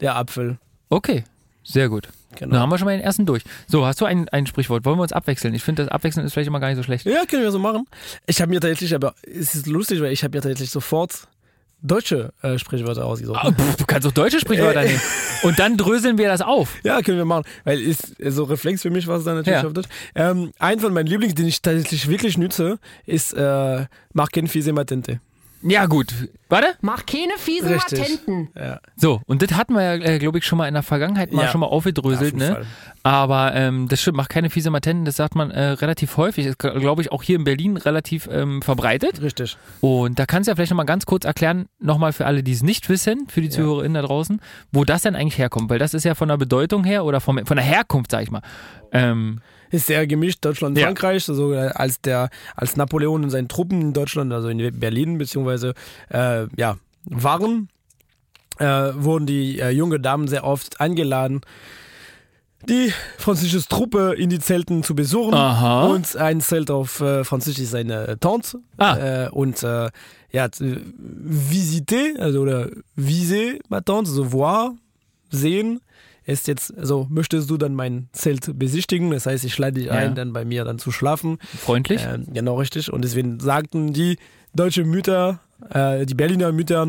[SPEAKER 3] der Apfel.
[SPEAKER 2] Okay, sehr gut.
[SPEAKER 3] Genau.
[SPEAKER 2] Dann haben wir schon mal den ersten durch. So, hast du ein, ein Sprichwort? Wollen wir uns abwechseln? Ich finde, das Abwechseln ist vielleicht immer gar nicht so schlecht.
[SPEAKER 3] Ja, können wir so machen. Ich habe mir tatsächlich, aber es ist lustig, weil ich habe mir tatsächlich sofort deutsche äh, Sprichwörter ausgesucht.
[SPEAKER 2] Ah, pff, Du kannst auch deutsche Sprichwörter
[SPEAKER 3] Äh, äh.
[SPEAKER 2] nehmen. Und dann dröseln wir das auf.
[SPEAKER 3] Ja, können wir machen. Weil ist so Reflex für mich, was dann natürlich
[SPEAKER 2] Ja.
[SPEAKER 3] auf das. Ähm, ein von meinen Lieblings, den ich tatsächlich wirklich nütze, ist äh, Marken Fise Matente.
[SPEAKER 2] Ja, gut. Warte.
[SPEAKER 4] Mach keine fiesen
[SPEAKER 3] Richtig.
[SPEAKER 4] Patenten.
[SPEAKER 3] Ja,
[SPEAKER 2] So, und das hatten wir ja, äh, glaube ich, schon mal in der Vergangenheit mal
[SPEAKER 3] Ja.
[SPEAKER 2] schon mal aufgedröselt,
[SPEAKER 3] Auf jeden
[SPEAKER 2] ne?
[SPEAKER 3] Fall.
[SPEAKER 2] Aber ähm, das stimmt, macht keine fiese Matenten, das sagt man äh, relativ häufig. Ist, glaube ich, auch hier in Berlin relativ ähm, verbreitet.
[SPEAKER 3] richtig.
[SPEAKER 2] Und da kannst du ja vielleicht nochmal ganz kurz erklären, nochmal für alle, die es nicht wissen, für die ZuhörerInnen da draußen, wo das denn eigentlich herkommt. Weil das ist ja von der Bedeutung her oder vom, von der Herkunft, sag ich mal. Ähm,
[SPEAKER 3] Ist sehr gemischt, Deutschland,
[SPEAKER 2] Ja.
[SPEAKER 3] Frankreich, also äh, als der, als Napoleon und seinen Truppen in Deutschland, also in Berlin beziehungsweise äh, ja, waren, äh, wurden die äh, junge Damen sehr oft eingeladen, die französische Truppe in die Zelten zu
[SPEAKER 2] Ah.
[SPEAKER 3] besuchen.
[SPEAKER 2] Aha.
[SPEAKER 3] Und ein Zelt auf äh, Französisch ist eine Tante.
[SPEAKER 2] Ah.
[SPEAKER 3] Äh, und äh, ja, t- visiter, also oder viser, ma Tante, so voir, sehen, ist jetzt, also möchtest du dann mein Zelt besichtigen? Das heißt, ich lade dich
[SPEAKER 2] Ja.
[SPEAKER 3] ein, dann bei mir dann zu schlafen.
[SPEAKER 2] Freundlich?
[SPEAKER 3] Ähm, genau richtig. Und deswegen sagten die deutsche Mütter, äh, die Berliner Mütter,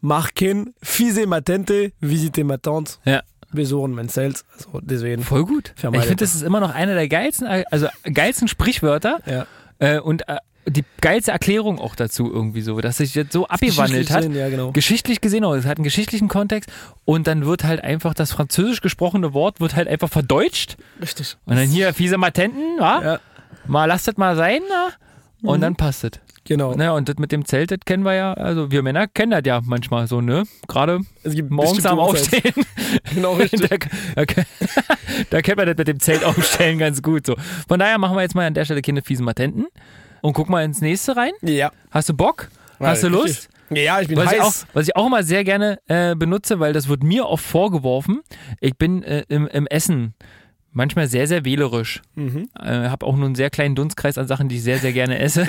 [SPEAKER 3] marken fise matente, visite ma tante,
[SPEAKER 2] Ja.
[SPEAKER 3] besuchen mein Zelt. Also deswegen.
[SPEAKER 2] Voll gut. Ich
[SPEAKER 3] Vermeidet
[SPEAKER 2] finde, das ist immer noch einer der geilsten, also geilsten Sprichwörter
[SPEAKER 3] Ja.
[SPEAKER 2] äh, und äh, die geilste Erklärung auch dazu irgendwie so, dass sich jetzt so abgewandelt hat.
[SPEAKER 3] Geschichtlich sehen, Ja, genau.
[SPEAKER 2] Geschichtlich gesehen, auch, es hat einen geschichtlichen Kontext und dann wird halt einfach das französisch gesprochene Wort wird halt einfach verdeutscht
[SPEAKER 3] Richtig.
[SPEAKER 2] und dann hier fiese Matenten, wa?
[SPEAKER 3] Ja.
[SPEAKER 2] mal lasst das mal sein na? und dann passt es.
[SPEAKER 3] Genau.
[SPEAKER 2] Naja, und das mit dem Zelt, das kennen wir ja, also wir Männer kennen das ja manchmal so, ne? Gerade
[SPEAKER 3] Es gibt
[SPEAKER 2] morgens
[SPEAKER 3] bestimmte
[SPEAKER 2] am
[SPEAKER 3] Uhrzeit.
[SPEAKER 2] Aufstehen.
[SPEAKER 3] Genau richtig.
[SPEAKER 2] da, da, da kennt man das mit dem Zelt aufstellen ganz gut so. Von daher machen wir jetzt mal an der Stelle keine fiesen Matenten und guck mal ins nächste rein.
[SPEAKER 3] ja.
[SPEAKER 2] Hast du Bock? Hast du
[SPEAKER 3] Ja,
[SPEAKER 2] Lust?
[SPEAKER 3] richtig. Ja, ich bin
[SPEAKER 2] Was ich, auch,
[SPEAKER 3] heiß.
[SPEAKER 2] was ich auch immer sehr gerne äh, benutze, weil das wird mir oft vorgeworfen, ich bin äh, im, im Essen manchmal sehr, sehr wählerisch. Äh, habe auch nur einen sehr kleinen Dunstkreis an Sachen, die ich sehr, sehr gerne esse.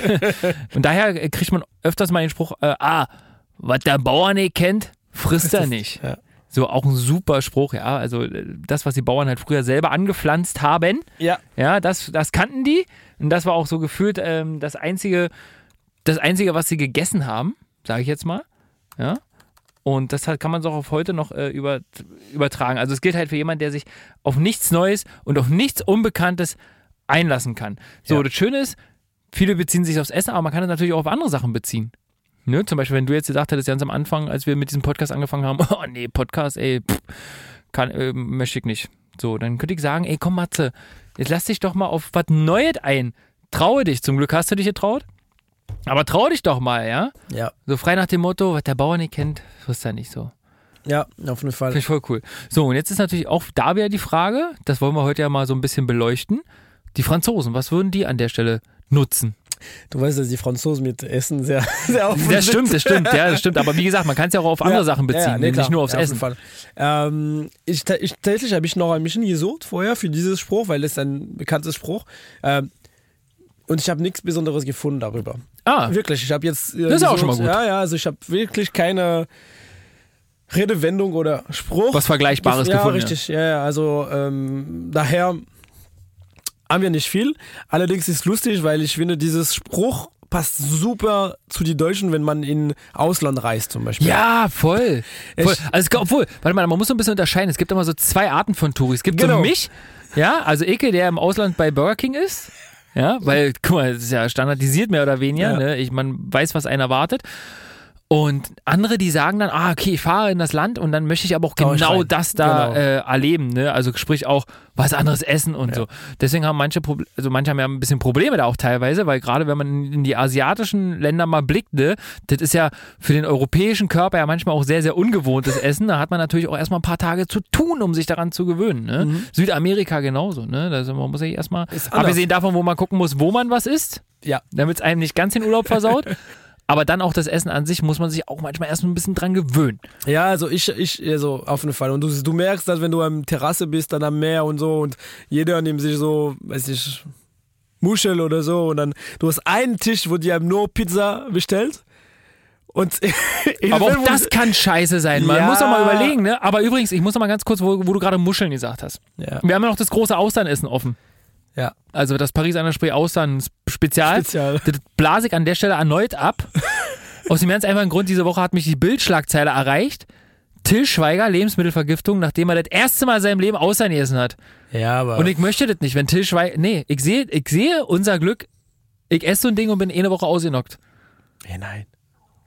[SPEAKER 2] Und daher äh, kriegt man öfters mal den Spruch, äh, ah, was der Bauer nicht kennt, frisst er nicht.
[SPEAKER 3] ja.
[SPEAKER 2] So auch ein super Spruch, ja. Also äh, das, was die Bauern halt früher selber angepflanzt haben,
[SPEAKER 3] Ja.
[SPEAKER 2] ja, das, das kannten die. Und das war auch so gefühlt ähm, das einzige, das einzige, was sie gegessen haben, sage ich jetzt mal. Ja. Und das hat, kann man so auch auf heute noch äh, über, übertragen. Also es gilt halt für jemanden, der sich auf nichts Neues und auf nichts Unbekanntes einlassen kann. So,
[SPEAKER 3] Ja.
[SPEAKER 2] das Schöne ist, viele beziehen sich aufs Essen, aber man kann es natürlich auch auf andere Sachen beziehen. Ne? Zum Beispiel, wenn du jetzt gesagt hättest, ganz am Anfang, als wir mit diesem Podcast angefangen haben, oh nee, Podcast, ey, pff, kann, äh, möchte ich nicht. So, dann könnte ich sagen, ey, komm Matze, jetzt lass dich doch mal auf was Neues ein. Traue dich. Zum Glück hast du dich getraut. Aber trau dich doch mal, ja?
[SPEAKER 3] Ja.
[SPEAKER 2] So frei nach dem Motto, was der Bauer nicht kennt, frisst er nicht so.
[SPEAKER 3] Ja, auf jeden Fall.
[SPEAKER 2] Finde ich voll cool. So, und jetzt ist natürlich auch da wieder die Frage, das wollen wir heute ja mal so ein bisschen beleuchten. Die Franzosen, was würden die an der Stelle nutzen?
[SPEAKER 3] Du weißt, dass die Franzosen mit Essen sehr, sehr offen
[SPEAKER 2] Das
[SPEAKER 3] sind.
[SPEAKER 2] stimmt, das stimmt, ja, das stimmt. Aber wie gesagt, man kann es ja auch auf andere
[SPEAKER 3] Ja,
[SPEAKER 2] Sachen beziehen, ne,
[SPEAKER 3] ja, nee,
[SPEAKER 2] nicht
[SPEAKER 3] klar.
[SPEAKER 2] nur aufs
[SPEAKER 3] Ja,
[SPEAKER 2] Essen.
[SPEAKER 3] jeden Fall. Ähm, ich, ta- ich, tatsächlich habe ich noch ein bisschen gesucht vorher für dieses Spruch, weil das ist ein bekanntes Spruch. Ähm, und ich habe nichts Besonderes gefunden darüber.
[SPEAKER 2] Ah,
[SPEAKER 3] Wirklich, ich habe jetzt. äh,
[SPEAKER 2] Das ist auch
[SPEAKER 3] gesucht.
[SPEAKER 2] schon mal gut.
[SPEAKER 3] Ja, ja, also ich habe wirklich keine Redewendung oder Spruch.
[SPEAKER 2] was Vergleichbares
[SPEAKER 3] ja,
[SPEAKER 2] gefunden.
[SPEAKER 3] richtig. Ja, ja, also ähm, daher haben wir nicht viel. Allerdings ist lustig, weil ich finde, dieses Spruch passt super zu die Deutschen, wenn man in Ausland reist zum Beispiel.
[SPEAKER 2] Ja, voll.
[SPEAKER 3] Ich-
[SPEAKER 2] voll. Also, es g- obwohl, warte mal, man muss so ein bisschen unterscheiden. Es gibt immer so zwei Arten von Touris. Es gibt
[SPEAKER 3] Genau.
[SPEAKER 2] so mich, ja, also Eke, der im Ausland bei Burger King ist. Ja, weil, guck mal, das ist ja standardisiert mehr oder weniger.
[SPEAKER 3] Ja.
[SPEAKER 2] Ne? Ich, man weiß, was einen erwartet. Und andere, die sagen dann, ah, okay, ich fahre in das Land und dann möchte ich aber auch
[SPEAKER 3] Tausch
[SPEAKER 2] genau
[SPEAKER 3] rein.
[SPEAKER 2] das da
[SPEAKER 3] Genau.
[SPEAKER 2] äh, erleben. Ne? Also sprich auch was anderes essen und so. Deswegen haben manche, Proble- also manche haben ja ein bisschen Probleme da auch teilweise, weil gerade wenn man in die asiatischen Länder mal blickt, ne, das ist ja für den europäischen Körper ja manchmal auch sehr, sehr ungewohntes Essen. Da hat man natürlich auch erstmal ein paar Tage zu tun, um sich daran zu gewöhnen. Ne? Südamerika genauso. Ne? Also man muss ja erstmal,
[SPEAKER 3] Mhm. Ist anders.
[SPEAKER 2] abgesehen davon, wo man gucken muss, wo man was isst,
[SPEAKER 3] ja.
[SPEAKER 2] damit es einem nicht ganz den Urlaub versaut. Aber dann auch das Essen an sich muss man sich auch manchmal erst ein bisschen dran gewöhnen.
[SPEAKER 3] Ja, also ich, ich, also auf jeden Fall. Und du, du merkst, dass wenn du am Terrasse bist, dann am Meer und so und jeder nimmt sich so, weiß ich, Muschel oder so und dann, du hast einen Tisch, wo die haben nur Pizza bestellt und in
[SPEAKER 2] Aber auch
[SPEAKER 3] Film-
[SPEAKER 2] das kann scheiße sein. Man
[SPEAKER 3] Ja.
[SPEAKER 2] muss doch mal überlegen, ne? Aber übrigens, ich muss noch mal ganz kurz, wo, wo du gerade Muscheln gesagt hast.
[SPEAKER 3] ja,
[SPEAKER 2] Wir haben ja noch das große Austernessen offen.
[SPEAKER 3] ja,
[SPEAKER 2] Also das Paris an der Spree Austern Spezial.
[SPEAKER 3] Spezial.
[SPEAKER 2] Das blase ich an der Stelle erneut ab. Aus dem ganz einfachen Grund, diese Woche hat mich die Bildschlagzeile erreicht. Till Schweiger, Lebensmittelvergiftung, nachdem er das erste Mal in seinem Leben Austern gegessen hat.
[SPEAKER 3] ja, aber
[SPEAKER 2] Und ich möchte das nicht, wenn Till Schweiger. Nee, ich sehe, ich sehe unser Glück. Ich esse so ein Ding und bin eh eine Woche ausgenockt.
[SPEAKER 3] nee, nein.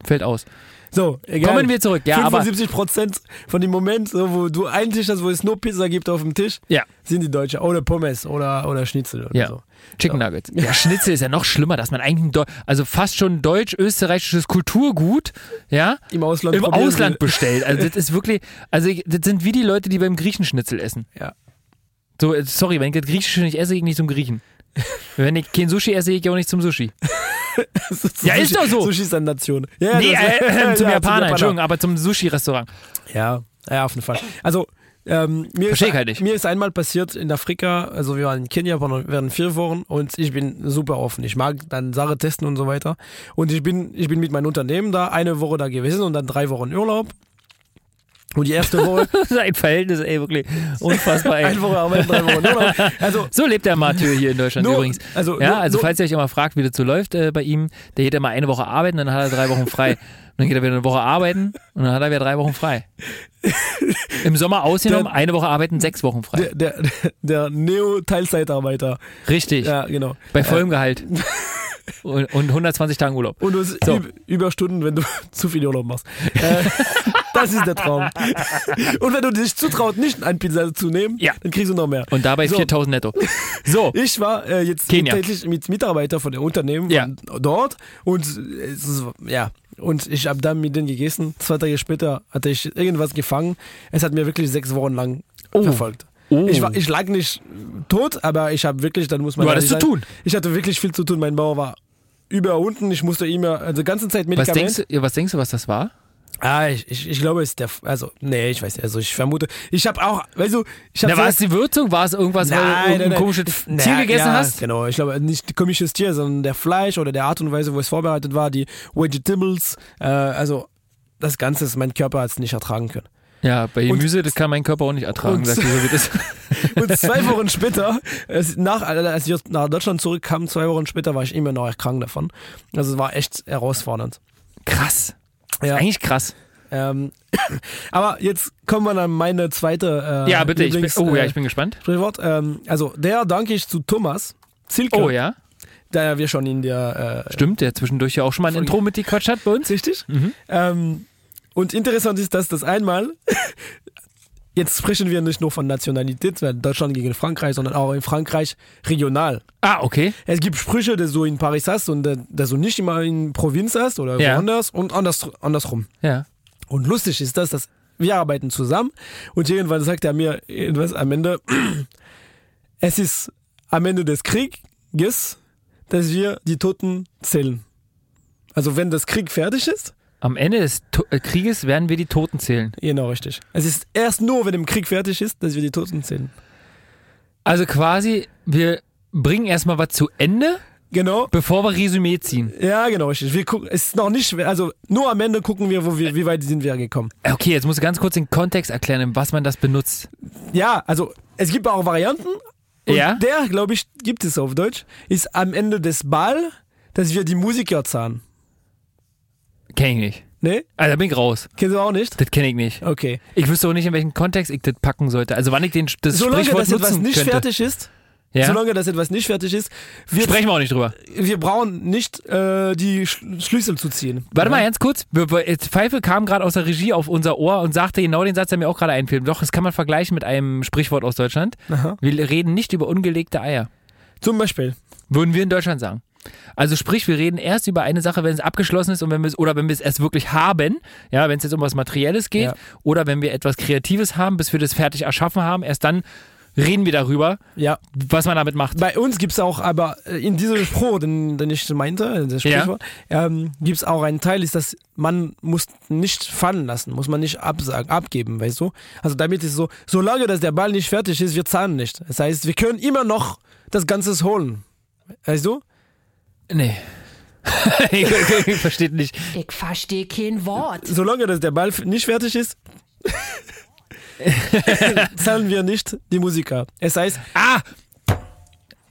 [SPEAKER 2] Fällt aus.
[SPEAKER 3] So, egal.
[SPEAKER 2] Kommen wir zurück. Ja, aber.
[SPEAKER 3] 75 Prozent von dem Moment, so, wo du einen Tisch hast, wo es nur Pizza gibt auf dem Tisch,
[SPEAKER 2] Ja.
[SPEAKER 3] sind die Deutsche oder Pommes oder oder Schnitzel oder
[SPEAKER 2] Ja.
[SPEAKER 3] so.
[SPEAKER 2] Chicken Nuggets. Ja, Schnitzel ist ja noch schlimmer, dass man eigentlich ein Deu also fast schon deutsch-österreichisches Kulturgut, ja,
[SPEAKER 3] Im Ausland.
[SPEAKER 2] im
[SPEAKER 3] probieren
[SPEAKER 2] Ausland
[SPEAKER 3] will.
[SPEAKER 2] bestellt. Also das ist wirklich, also ich- das sind wie die Leute, die beim Griechenschnitzel essen.
[SPEAKER 3] Ja.
[SPEAKER 2] So, äh, sorry, wenn ich das Griechische nicht esse, gehe ich nicht zum Griechen. Wenn ich kein Sushi esse, gehe ich auch nicht zum Sushi. Ja, ist doch so.
[SPEAKER 3] Sushi ist eine Nation. Ja, ja,
[SPEAKER 2] Nee,
[SPEAKER 3] das-
[SPEAKER 2] äh,
[SPEAKER 3] ja,
[SPEAKER 2] äh, zum
[SPEAKER 3] ja,
[SPEAKER 2] Japaner, Entschuldigung, aber zum Sushi-Restaurant.
[SPEAKER 3] Ja, ja, auf jeden Fall. Also, Ähm, mir
[SPEAKER 2] Versteh ich
[SPEAKER 3] ist,
[SPEAKER 2] halt nicht.
[SPEAKER 3] Mir ist einmal passiert in Afrika, also wir waren in Kenia von- während vier Wochen und ich bin super offen. Ich mag dann Sache testen und so weiter. Und ich bin, ich bin mit meinem Unternehmen da eine Woche da gewesen und dann drei Wochen Urlaub. Und die erste Woche,
[SPEAKER 2] Sein Verhältnis, ey, wirklich unfassbar, ey.
[SPEAKER 3] eine Woche Arbeit, drei Wochen Urlaub. Also,
[SPEAKER 2] So lebt der Martyr hier in Deutschland
[SPEAKER 3] Nur-
[SPEAKER 2] übrigens.
[SPEAKER 3] also
[SPEAKER 2] ja,
[SPEAKER 3] nur-
[SPEAKER 2] also
[SPEAKER 3] nur-
[SPEAKER 2] falls ihr euch immer fragt, wie das so läuft äh, bei ihm, der geht immer eine Woche arbeiten, dann hat er drei Wochen frei. Und dann geht er wieder eine Woche arbeiten und dann hat er wieder drei Wochen frei. Im Sommer ausgenommen, eine Woche arbeiten, sechs Wochen frei.
[SPEAKER 3] der, der, der Neo-Teilzeitarbeiter.
[SPEAKER 2] Richtig,
[SPEAKER 3] Ja, genau.
[SPEAKER 2] bei vollem Gehalt. Und, und 120 Tagen Urlaub.
[SPEAKER 3] Und du hast
[SPEAKER 2] So.
[SPEAKER 3] Üb- Überstunden, wenn du zu viel Urlaub machst. Äh, das ist der Traum. Und wenn du dich zutraut, nicht einen Pizza zu nehmen,
[SPEAKER 2] Ja.
[SPEAKER 3] dann kriegst du noch mehr.
[SPEAKER 2] Und dabei
[SPEAKER 3] So.
[SPEAKER 2] 4000 netto. So,
[SPEAKER 3] Ich war äh, jetzt
[SPEAKER 2] Kenia.
[SPEAKER 3] tatsächlich mit Mitarbeiter von dem Unternehmen
[SPEAKER 2] Ja.
[SPEAKER 3] von dort und äh, es ist, ja und ich habe dann mit denen gegessen. Zwei Tage später hatte ich irgendwas gefangen. Es hat mir wirklich sechs Wochen lang
[SPEAKER 2] Oh.
[SPEAKER 3] verfolgt. Ich, war, ich lag nicht tot, aber ich habe wirklich, dann muss man
[SPEAKER 2] Du hattest
[SPEAKER 3] ehrlich
[SPEAKER 2] zu
[SPEAKER 3] sein,
[SPEAKER 2] tun.
[SPEAKER 3] Ich hatte wirklich viel zu tun. Mein Bauer war über unten. Ich musste immer, also die ganze Zeit
[SPEAKER 2] was,
[SPEAKER 3] Medikamente.
[SPEAKER 2] denkst, du- ja, was denkst du, was das war?
[SPEAKER 3] Ah, ich, ich, ich glaube, es ist der. F- Also, nee, ich weiß nicht. Also, ich vermute. Ich habe auch. Weißt du, ich habe.
[SPEAKER 2] Na, war es die Würzung? War es irgendwas, weil du ein komisches
[SPEAKER 3] Na,
[SPEAKER 2] Tier gegessen
[SPEAKER 3] ja,
[SPEAKER 2] hast?
[SPEAKER 3] Genau, ich glaube, nicht komisches Tier, sondern der Fleisch oder der Art und Weise, wo es vorbereitet war, die Vegetables. Äh, also, das Ganze ist, mein Körper hat es nicht ertragen können.
[SPEAKER 2] Ja, bei Gemüse, das kann mein Körper auch nicht ertragen.
[SPEAKER 3] und-
[SPEAKER 2] Sag ich, so wie das.
[SPEAKER 3] Und zwei Wochen später, es, nach, als ich nach Deutschland zurückkam, zwei Wochen später war ich immer noch krank davon. Also, es war echt herausfordernd.
[SPEAKER 2] Krass.
[SPEAKER 3] Ja.
[SPEAKER 2] Eigentlich krass.
[SPEAKER 3] Ähm, aber jetzt kommen wir an meine zweite. Äh,
[SPEAKER 2] ja, bitte. Ich bin,
[SPEAKER 3] Lieblings-
[SPEAKER 2] oh ja,
[SPEAKER 3] äh,
[SPEAKER 2] ich bin gespannt.
[SPEAKER 3] Sprichwort. Ähm, also der danke ich zu Thomas Zilke,
[SPEAKER 2] Oh ja.
[SPEAKER 3] da wir schon in der äh,
[SPEAKER 2] Stimmt, der zwischendurch ja auch schon mal ein Intro mit gequatscht hat bei uns.
[SPEAKER 3] richtig.
[SPEAKER 2] Mhm.
[SPEAKER 3] Ähm, und interessant ist, dass das einmal jetzt sprechen wir nicht nur von Nationalität, weil Deutschland gegen Frankreich, sondern auch in Frankreich regional.
[SPEAKER 2] Ah, okay.
[SPEAKER 3] Es gibt Sprüche, dass du in Paris hast und äh, dass du nicht immer in Provinz hast oder
[SPEAKER 2] Ja.
[SPEAKER 3] woanders und anders, andersrum.
[SPEAKER 2] Ja.
[SPEAKER 3] Und lustig ist das, dass wir arbeiten zusammen und irgendwann sagt er mir irgendwas am Ende, es ist am Ende des Krieges, dass wir die Toten zählen. Also wenn das Krieg fertig ist,
[SPEAKER 2] Am Ende des To- äh, Krieges werden wir die Toten zählen.
[SPEAKER 3] genau richtig. Es ist erst nur, wenn im Krieg fertig ist, dass wir die Toten zählen.
[SPEAKER 2] Also quasi, wir bringen erstmal was zu Ende,
[SPEAKER 3] Genau.
[SPEAKER 2] bevor wir Resümee ziehen.
[SPEAKER 3] Ja, genau richtig. Wir gucken, es ist noch nicht, also nur am Ende gucken wir, wo wir, wie weit sind wir gekommen.
[SPEAKER 2] Äh, Okay, jetzt muss ich ganz kurz den Kontext erklären, in was man das benutzt.
[SPEAKER 3] Ja, also es gibt auch Varianten. Und
[SPEAKER 2] Ja?
[SPEAKER 3] der, glaube ich, gibt es auf Deutsch, ist am Ende des Ball, dass wir die Musiker zahlen.
[SPEAKER 2] Kenn ich nicht.
[SPEAKER 3] Ne?
[SPEAKER 2] Also da bin ich raus.
[SPEAKER 3] Kennst du auch nicht?
[SPEAKER 2] Das kenne ich nicht.
[SPEAKER 3] Okay.
[SPEAKER 2] Ich wüsste auch nicht, in welchem Kontext ich das packen sollte. Also wann ich den, das
[SPEAKER 3] Solange
[SPEAKER 2] Sprichwort
[SPEAKER 3] das etwas
[SPEAKER 2] nutzen
[SPEAKER 3] nicht
[SPEAKER 2] könnte.
[SPEAKER 3] fertig ist,
[SPEAKER 2] ja?
[SPEAKER 3] solange das etwas nicht fertig ist, wir,
[SPEAKER 2] Sprechen wir auch nicht drüber.
[SPEAKER 3] wir brauchen nicht äh, die Sch Schlüssel zu ziehen.
[SPEAKER 2] Warte mal
[SPEAKER 3] ja?
[SPEAKER 2] ganz kurz. Wir- wir- jetzt Pfeife kam gerade aus der Regie auf unser Ohr und sagte genau den Satz, der mir auch gerade einfiel. Doch, das kann man vergleichen mit einem Sprichwort aus Deutschland.
[SPEAKER 3] Aha.
[SPEAKER 2] Wir reden nicht über ungelegte Eier.
[SPEAKER 3] Zum Beispiel.
[SPEAKER 2] Würden wir in Deutschland sagen. Also sprich, wir reden erst über eine Sache, wenn es abgeschlossen ist und wenn wir es, oder wenn wir es erst wirklich haben, ja, wenn es jetzt um was Materielles geht,
[SPEAKER 3] Ja.
[SPEAKER 2] oder wenn wir etwas Kreatives haben, bis wir das fertig erschaffen haben, erst dann reden wir darüber,
[SPEAKER 3] Ja.
[SPEAKER 2] was man damit macht.
[SPEAKER 3] Bei uns gibt es auch, aber äh, in diesem Spruch, den, den ich meinte, äh, das
[SPEAKER 2] Ja.
[SPEAKER 3] Sprichwort, ähm, gibt es auch einen Teil, ist, dass man muss nicht fallen lassen, muss man nicht absagen, abgeben, weißt du? Also damit ist so, solange dass der Ball nicht fertig ist, wir zahlen nicht. Das heißt, wir können immer noch das Ganze holen. Weißt du?
[SPEAKER 2] Nee. ich, ich, ich verstehe nicht.
[SPEAKER 4] Ich verstehe kein Wort.
[SPEAKER 3] Solange dass der Ball f- nicht fertig ist, zahlen wir nicht die Musiker. Es heißt,
[SPEAKER 2] Ah!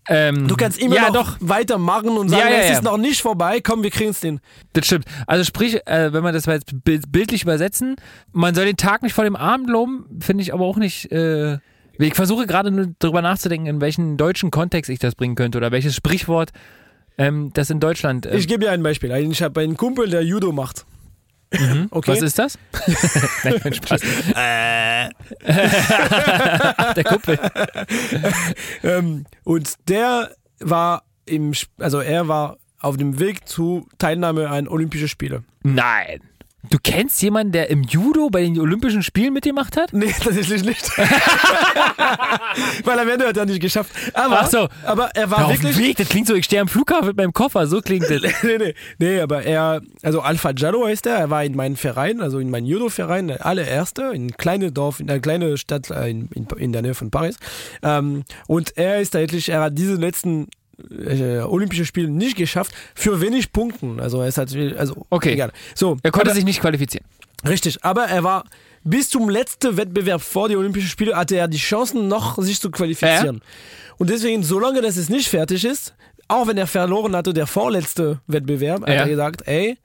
[SPEAKER 2] Ähm,
[SPEAKER 3] du kannst immer
[SPEAKER 2] ja, doch.
[SPEAKER 3] noch weitermachen und sagen,
[SPEAKER 2] Ja, ja,
[SPEAKER 3] es
[SPEAKER 2] ja.
[SPEAKER 3] ist noch nicht vorbei, komm, wir kriegen es hin.
[SPEAKER 2] Das stimmt. Also sprich, äh, wenn man das mal jetzt bild- bildlich übersetzen, man soll den Tag nicht vor dem Abend loben, finde ich aber auch nicht. Äh, ich versuche gerade nur darüber nachzudenken, in welchen deutschen Kontext ich das bringen könnte oder welches Sprichwort ähm, das in Deutschland. Äh,
[SPEAKER 3] Ich gebe dir ein Beispiel. Ich habe einen Kumpel, der Judo macht. Okay.
[SPEAKER 2] Mhm. Was ist das? Nein, kein Spaß. Ach, der Kumpel.
[SPEAKER 3] Ähm, und der war im, Sp- also er war auf dem Weg zu Teilnahme an Olympische Spiele.
[SPEAKER 2] Nein. Du kennst jemanden, der im Judo bei den Olympischen Spielen mitgemacht hat?
[SPEAKER 3] Nee, tatsächlich nicht. Weil am Ende hat er nicht geschafft. Aber,
[SPEAKER 2] Ach so.
[SPEAKER 3] aber er war
[SPEAKER 2] Ja, auf dem
[SPEAKER 3] wirklich.
[SPEAKER 2] Weg, das klingt so, ich stehe am Flughafen mit meinem Koffer, so klingt das.
[SPEAKER 3] nee, nee, nee, aber er, also Alpha Jallo heißt er, er war in meinem Verein, also in meinem Judo-Verein, der allererste, in einem kleinen Dorf, in einer kleinen Stadt äh, in, in, in der Nähe von Paris. Ähm, und er ist tatsächlich, er hat diese letzten äh, Olympische Spiele nicht geschafft, für wenig Punkten. Also er ist halt, also
[SPEAKER 2] Okay.
[SPEAKER 3] egal. So,
[SPEAKER 2] Er konnte
[SPEAKER 3] aber-
[SPEAKER 2] sich nicht qualifizieren.
[SPEAKER 3] Richtig, aber er war bis zum letzten Wettbewerb vor die Olympischen Spiele hatte er die Chancen noch sich zu qualifizieren. Und deswegen, solange das es nicht fertig ist, auch wenn er verloren hatte, der vorletzte Wettbewerb, hat
[SPEAKER 2] Ja.
[SPEAKER 3] er gesagt, ey,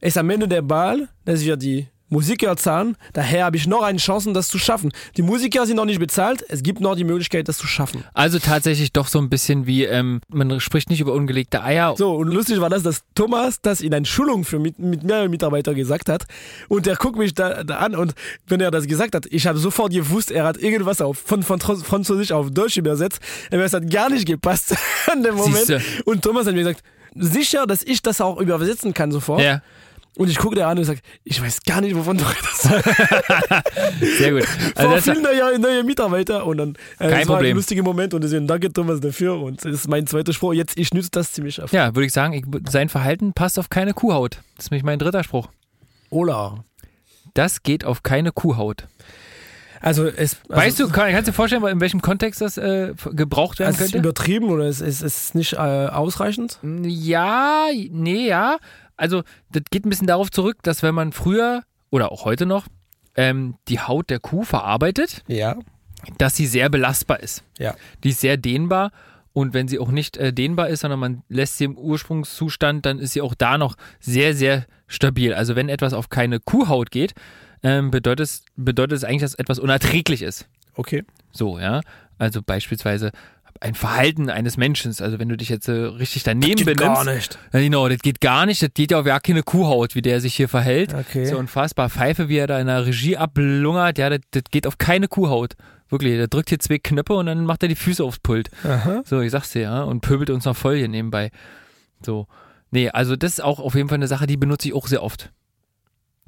[SPEAKER 3] ist am Ende der Ball, dass wir die Musiker zahlen, daher habe ich noch eine Chance, das zu schaffen. Die Musiker sind noch nicht bezahlt, es gibt noch die Möglichkeit, das zu schaffen.
[SPEAKER 2] Also tatsächlich doch so ein bisschen wie, ähm, man spricht nicht über ungelegte Eier.
[SPEAKER 3] So, und lustig war das, dass Thomas das in einer Schulung für mit, mit mehreren Mitarbeitern gesagt hat. Und der guckt mich da, da an und wenn er das gesagt hat, ich habe sofort gewusst, er hat irgendwas auf, von, von Tro- Französisch auf Deutsch übersetzt. Aber es hat gar nicht gepasst an dem Moment.
[SPEAKER 2] Siehste.
[SPEAKER 3] Und Thomas hat mir gesagt, sicher, dass ich das auch übersetzen kann sofort.
[SPEAKER 2] Ja,
[SPEAKER 3] Und ich gucke da an und sage, ich weiß gar nicht, wovon du redest.
[SPEAKER 2] sehr gut. Also
[SPEAKER 3] Vor
[SPEAKER 2] das,
[SPEAKER 3] vielen neue, neue Mitarbeiter. Und dann äh,
[SPEAKER 2] Kein
[SPEAKER 3] es war
[SPEAKER 2] Problem.
[SPEAKER 3] ein lustiger Moment und deswegen danke Thomas dafür. Und das ist mein zweiter Spruch. Jetzt, ich nütze das ziemlich oft.
[SPEAKER 2] ja, würde ich sagen, ich, sein Verhalten passt auf keine Kuhhaut. Das ist nämlich mein dritter Spruch.
[SPEAKER 3] Ola.
[SPEAKER 2] Das geht auf keine Kuhhaut.
[SPEAKER 3] Also es also,
[SPEAKER 2] weißt du, kann, kannst du dir vorstellen, in welchem Kontext das äh, f- gebraucht werden
[SPEAKER 3] also es ist
[SPEAKER 2] könnte?
[SPEAKER 3] übertrieben oder es ist, es ist nicht äh, ausreichend?
[SPEAKER 2] Ja, nee, ja. Also, das geht ein bisschen darauf zurück, dass wenn man früher oder auch heute noch ähm, die Haut der Kuh verarbeitet,
[SPEAKER 3] Ja.
[SPEAKER 2] dass sie sehr belastbar ist.
[SPEAKER 3] Ja.
[SPEAKER 2] Die ist sehr dehnbar. Und wenn sie auch nicht äh, dehnbar ist, sondern man lässt sie im Ursprungszustand, dann ist sie auch da noch sehr, sehr stabil. Also wenn etwas auf keine Kuhhaut geht, ähm, bedeutet, es- bedeutet es eigentlich, dass etwas unerträglich ist.
[SPEAKER 3] Okay.
[SPEAKER 2] So, ja. Also beispielsweise ein Verhalten eines Menschen. Also wenn du dich jetzt äh, richtig daneben
[SPEAKER 3] Geht
[SPEAKER 2] benimmst.
[SPEAKER 3] gar nicht.
[SPEAKER 2] Ja, Genau, das geht gar nicht. Das geht ja auf gar keine Kuhhaut, wie der sich hier verhält.
[SPEAKER 3] Okay.
[SPEAKER 2] Ist ja unfassbar. Pfeife, wie er da in der Regie ablungert. Ja, das, das geht auf keine Kuhhaut. Wirklich, der drückt hier zwei Knöpfe und dann macht er die Füße aufs Pult.
[SPEAKER 3] Aha.
[SPEAKER 2] So, ich sag's dir, ja. Und pöbelt uns noch voll hier nebenbei. So. Nee, also das ist auch auf jeden Fall eine Sache, die benutze ich auch sehr oft.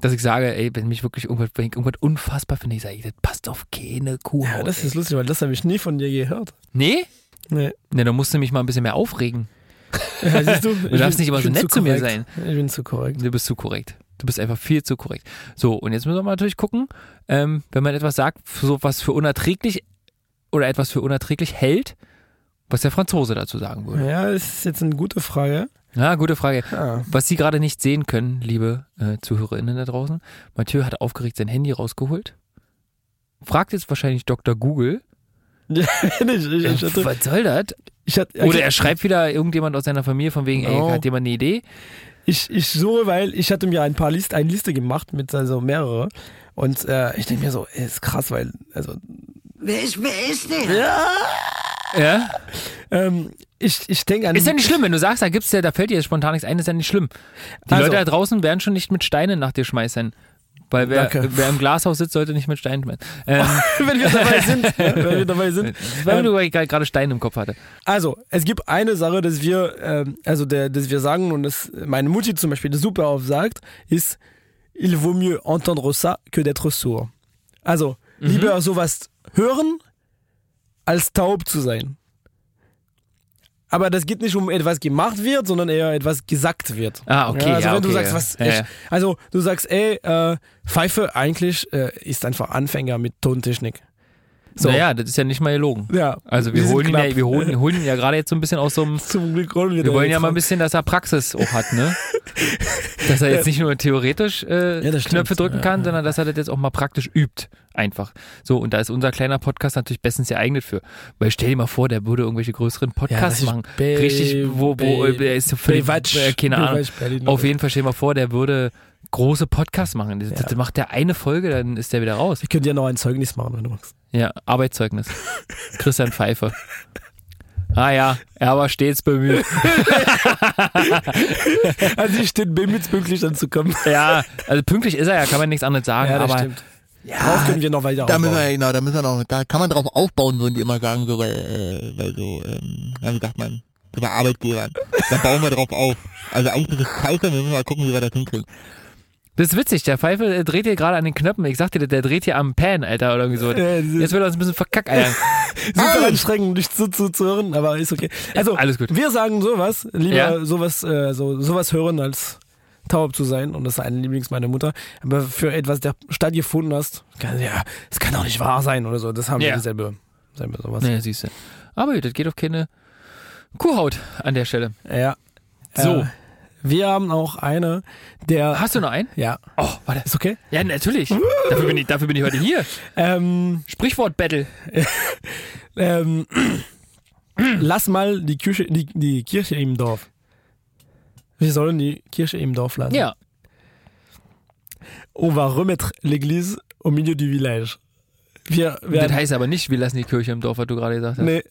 [SPEAKER 2] Dass ich sage, ey, wenn mich wirklich irgendwas, wenn ich irgendwas unfassbar finde, ich sage, das passt auf keine Kuhhaut.
[SPEAKER 3] Ja, das
[SPEAKER 2] Oh, ey.
[SPEAKER 3] ist lustig, weil das habe ich nie von dir gehört.
[SPEAKER 2] nee?
[SPEAKER 3] Nee.
[SPEAKER 2] Ne, dann musst du mich mal ein bisschen mehr aufregen.
[SPEAKER 3] Ja, siehst du, du
[SPEAKER 2] darfst nicht immer so nett zu mir
[SPEAKER 3] Ich bin zu korrekt.
[SPEAKER 2] Du bist zu korrekt. Du bist einfach viel zu korrekt. So, und jetzt müssen wir natürlich gucken, ähm, wenn man etwas sagt, so was für unerträglich oder etwas für unerträglich hält, was der Franzose dazu sagen würde.
[SPEAKER 3] Ja, das ist jetzt eine gute Frage.
[SPEAKER 2] Ja, gute Frage.
[SPEAKER 3] Ah.
[SPEAKER 2] Was Sie gerade nicht sehen können, liebe äh, ZuhörerInnen da draußen, Mathieu hat aufgeregt sein Handy rausgeholt. Fragt jetzt wahrscheinlich Dr. Google.
[SPEAKER 3] ich, ich,
[SPEAKER 2] Äh,
[SPEAKER 3] ich hatte,
[SPEAKER 2] was soll das?
[SPEAKER 3] ich hatte,
[SPEAKER 2] Oder er schreibt wieder irgendjemand aus seiner Familie von wegen,
[SPEAKER 3] Oh.
[SPEAKER 2] ey, hat jemand eine Idee?
[SPEAKER 3] Ich, ich suche, weil ich hatte mir ein paar List, eine Liste gemacht mit also mehrere. Und äh, ich denke mir so, ey, ist krass, weil, also
[SPEAKER 4] Wer ist, wer ist der?
[SPEAKER 2] Ja?
[SPEAKER 3] ähm, ich, ich denke an.
[SPEAKER 2] Ist ja nicht schlimm, wenn du sagst, da gibt's ja, da fällt dir spontan nichts ein, ist ja nicht schlimm. Die
[SPEAKER 3] Also-
[SPEAKER 2] Leute da draußen werden schon nicht mit Steinen nach dir schmeißen. Weil wer,
[SPEAKER 3] Danke.
[SPEAKER 2] wer im Glashaus sitzt, sollte nicht mit Steinen schmeißen. Ähm,
[SPEAKER 3] wenn wir dabei sind. ja, wenn wir dabei sind. Ähm,
[SPEAKER 2] weil du gerade gerade Steine im Kopf hatte.
[SPEAKER 3] Also, es gibt eine Sache, dass wir, ähm, also der, dass wir sagen und das meine Mutti zum Beispiel super oft sagt, ist, il vaut mieux entendre ça que d'être sourd. Also,
[SPEAKER 2] Mhm.
[SPEAKER 3] lieber sowas hören, als taub zu sein. Aber das geht nicht um etwas gemacht wird, sondern eher etwas gesagt wird.
[SPEAKER 2] Ah, okay,
[SPEAKER 3] Ja, also
[SPEAKER 2] ja,
[SPEAKER 3] wenn du
[SPEAKER 2] okay,
[SPEAKER 3] sagst,
[SPEAKER 2] ja.
[SPEAKER 3] was
[SPEAKER 2] Ja,
[SPEAKER 3] ich,
[SPEAKER 2] ja.
[SPEAKER 3] also du sagst, ey, äh, Pfeife eigentlich äh, ist einfach Anfänger mit Tontechnik. So.
[SPEAKER 2] Naja, das ist ja nicht mal gelogen.
[SPEAKER 3] Ja.
[SPEAKER 2] Also wir
[SPEAKER 3] sind
[SPEAKER 2] holen, ihn
[SPEAKER 3] knapp.
[SPEAKER 2] ja, wir holen, holen ihn ja gerade jetzt so ein bisschen aus so einem.
[SPEAKER 3] Zum Glück rollen wir
[SPEAKER 2] Wir
[SPEAKER 3] da
[SPEAKER 2] wollen ja
[SPEAKER 3] jetzt
[SPEAKER 2] mal ein
[SPEAKER 3] raus.
[SPEAKER 2] bisschen, dass er Praxis auch hat, ne? Dass er jetzt nicht nur theoretisch äh,
[SPEAKER 3] Ja, das stimmt.
[SPEAKER 2] Knöpfe drücken
[SPEAKER 3] Ja,
[SPEAKER 2] kann,
[SPEAKER 3] ja.
[SPEAKER 2] sondern dass er das jetzt auch mal praktisch übt. Einfach. So, und da ist unser kleiner Podcast natürlich bestens geeignet für. Weil stell dir mal vor, der würde irgendwelche größeren Podcasts
[SPEAKER 3] Ja, das
[SPEAKER 2] machen.
[SPEAKER 3] ist Be-
[SPEAKER 2] Richtig, wo, wo,
[SPEAKER 3] Be-
[SPEAKER 2] er ist so völlig,
[SPEAKER 3] Bewatsch.
[SPEAKER 2] äh, keine Ahnung.
[SPEAKER 3] Bewatsch Berlin.
[SPEAKER 2] Auf jeden Fall stell dir mal vor, der würde große Podcasts machen. Das, das
[SPEAKER 3] Ja.
[SPEAKER 2] macht der eine Folge, dann ist der wieder raus.
[SPEAKER 3] Ich könnte ja noch ein Zeugnis machen, wenn du magst.
[SPEAKER 2] Ja, Arbeitszeugnis. Christian Pfeiffer. Ah ja, er war stets bemüht.
[SPEAKER 3] Also ich stehe bemüht, pünktlich anzukommen.
[SPEAKER 2] Ja, also pünktlich ist er ja, kann man nichts anderes sagen. aber
[SPEAKER 3] Ja, Darauf können wir noch weiter
[SPEAKER 5] da müssen
[SPEAKER 3] aufbauen.
[SPEAKER 5] wir, genau, da müssen wir noch, da kann man drauf aufbauen, würden die immer sagen, so bei, äh, bei so, ähm, ja, wie sagt man, so bei Arbeitgebern. Da bauen wir drauf auf. Also eigentlich ist es scheiße, wir müssen mal gucken, wie wir das hinkriegen.
[SPEAKER 2] Das ist witzig, der Pfeife äh, dreht hier gerade an den Knöpfen. Ich sagte dir, der dreht hier am Pan, Alter, oder irgendwie so.
[SPEAKER 3] Äh, das-
[SPEAKER 2] Jetzt will er uns ein bisschen verkackeiern.
[SPEAKER 3] Super anstrengend, dich zu, zu, zu hören, aber ist okay. Also,
[SPEAKER 2] Alles gut.
[SPEAKER 3] wir sagen sowas, lieber
[SPEAKER 2] Ja.
[SPEAKER 3] sowas, äh, so, sowas hören, als taub zu sein. Und das ist ein Lieblings meiner Mutter. Aber für etwas, der stattgefunden hast, kann, ja, es kann doch nicht wahr sein oder so. Das haben
[SPEAKER 2] Ja.
[SPEAKER 3] wir selber, selber sowas.
[SPEAKER 2] naja, siehst du. Aber gut, das geht auf keine Kuhhaut an der Stelle.
[SPEAKER 3] Ja.
[SPEAKER 2] So.
[SPEAKER 3] Äh, wir haben auch eine, der,
[SPEAKER 2] Hast du noch einen?
[SPEAKER 3] ja,
[SPEAKER 2] Oh, warte.
[SPEAKER 3] ist okay.
[SPEAKER 2] Ja, natürlich. dafür, bin ich, dafür bin ich heute hier.
[SPEAKER 3] Ähm,
[SPEAKER 2] Sprichwort-Battle.
[SPEAKER 3] ähm, lass mal die Kirche, die, die Kirche im Dorf. Wir sollen die Kirche im Dorf lassen.
[SPEAKER 2] Ja.
[SPEAKER 3] on va remettre l'église au milieu du village. Wir
[SPEAKER 2] Das
[SPEAKER 3] werden.
[SPEAKER 2] heißt aber nicht, wir lassen die Kirche im Dorf, was du gerade gesagt hast.
[SPEAKER 3] Nee,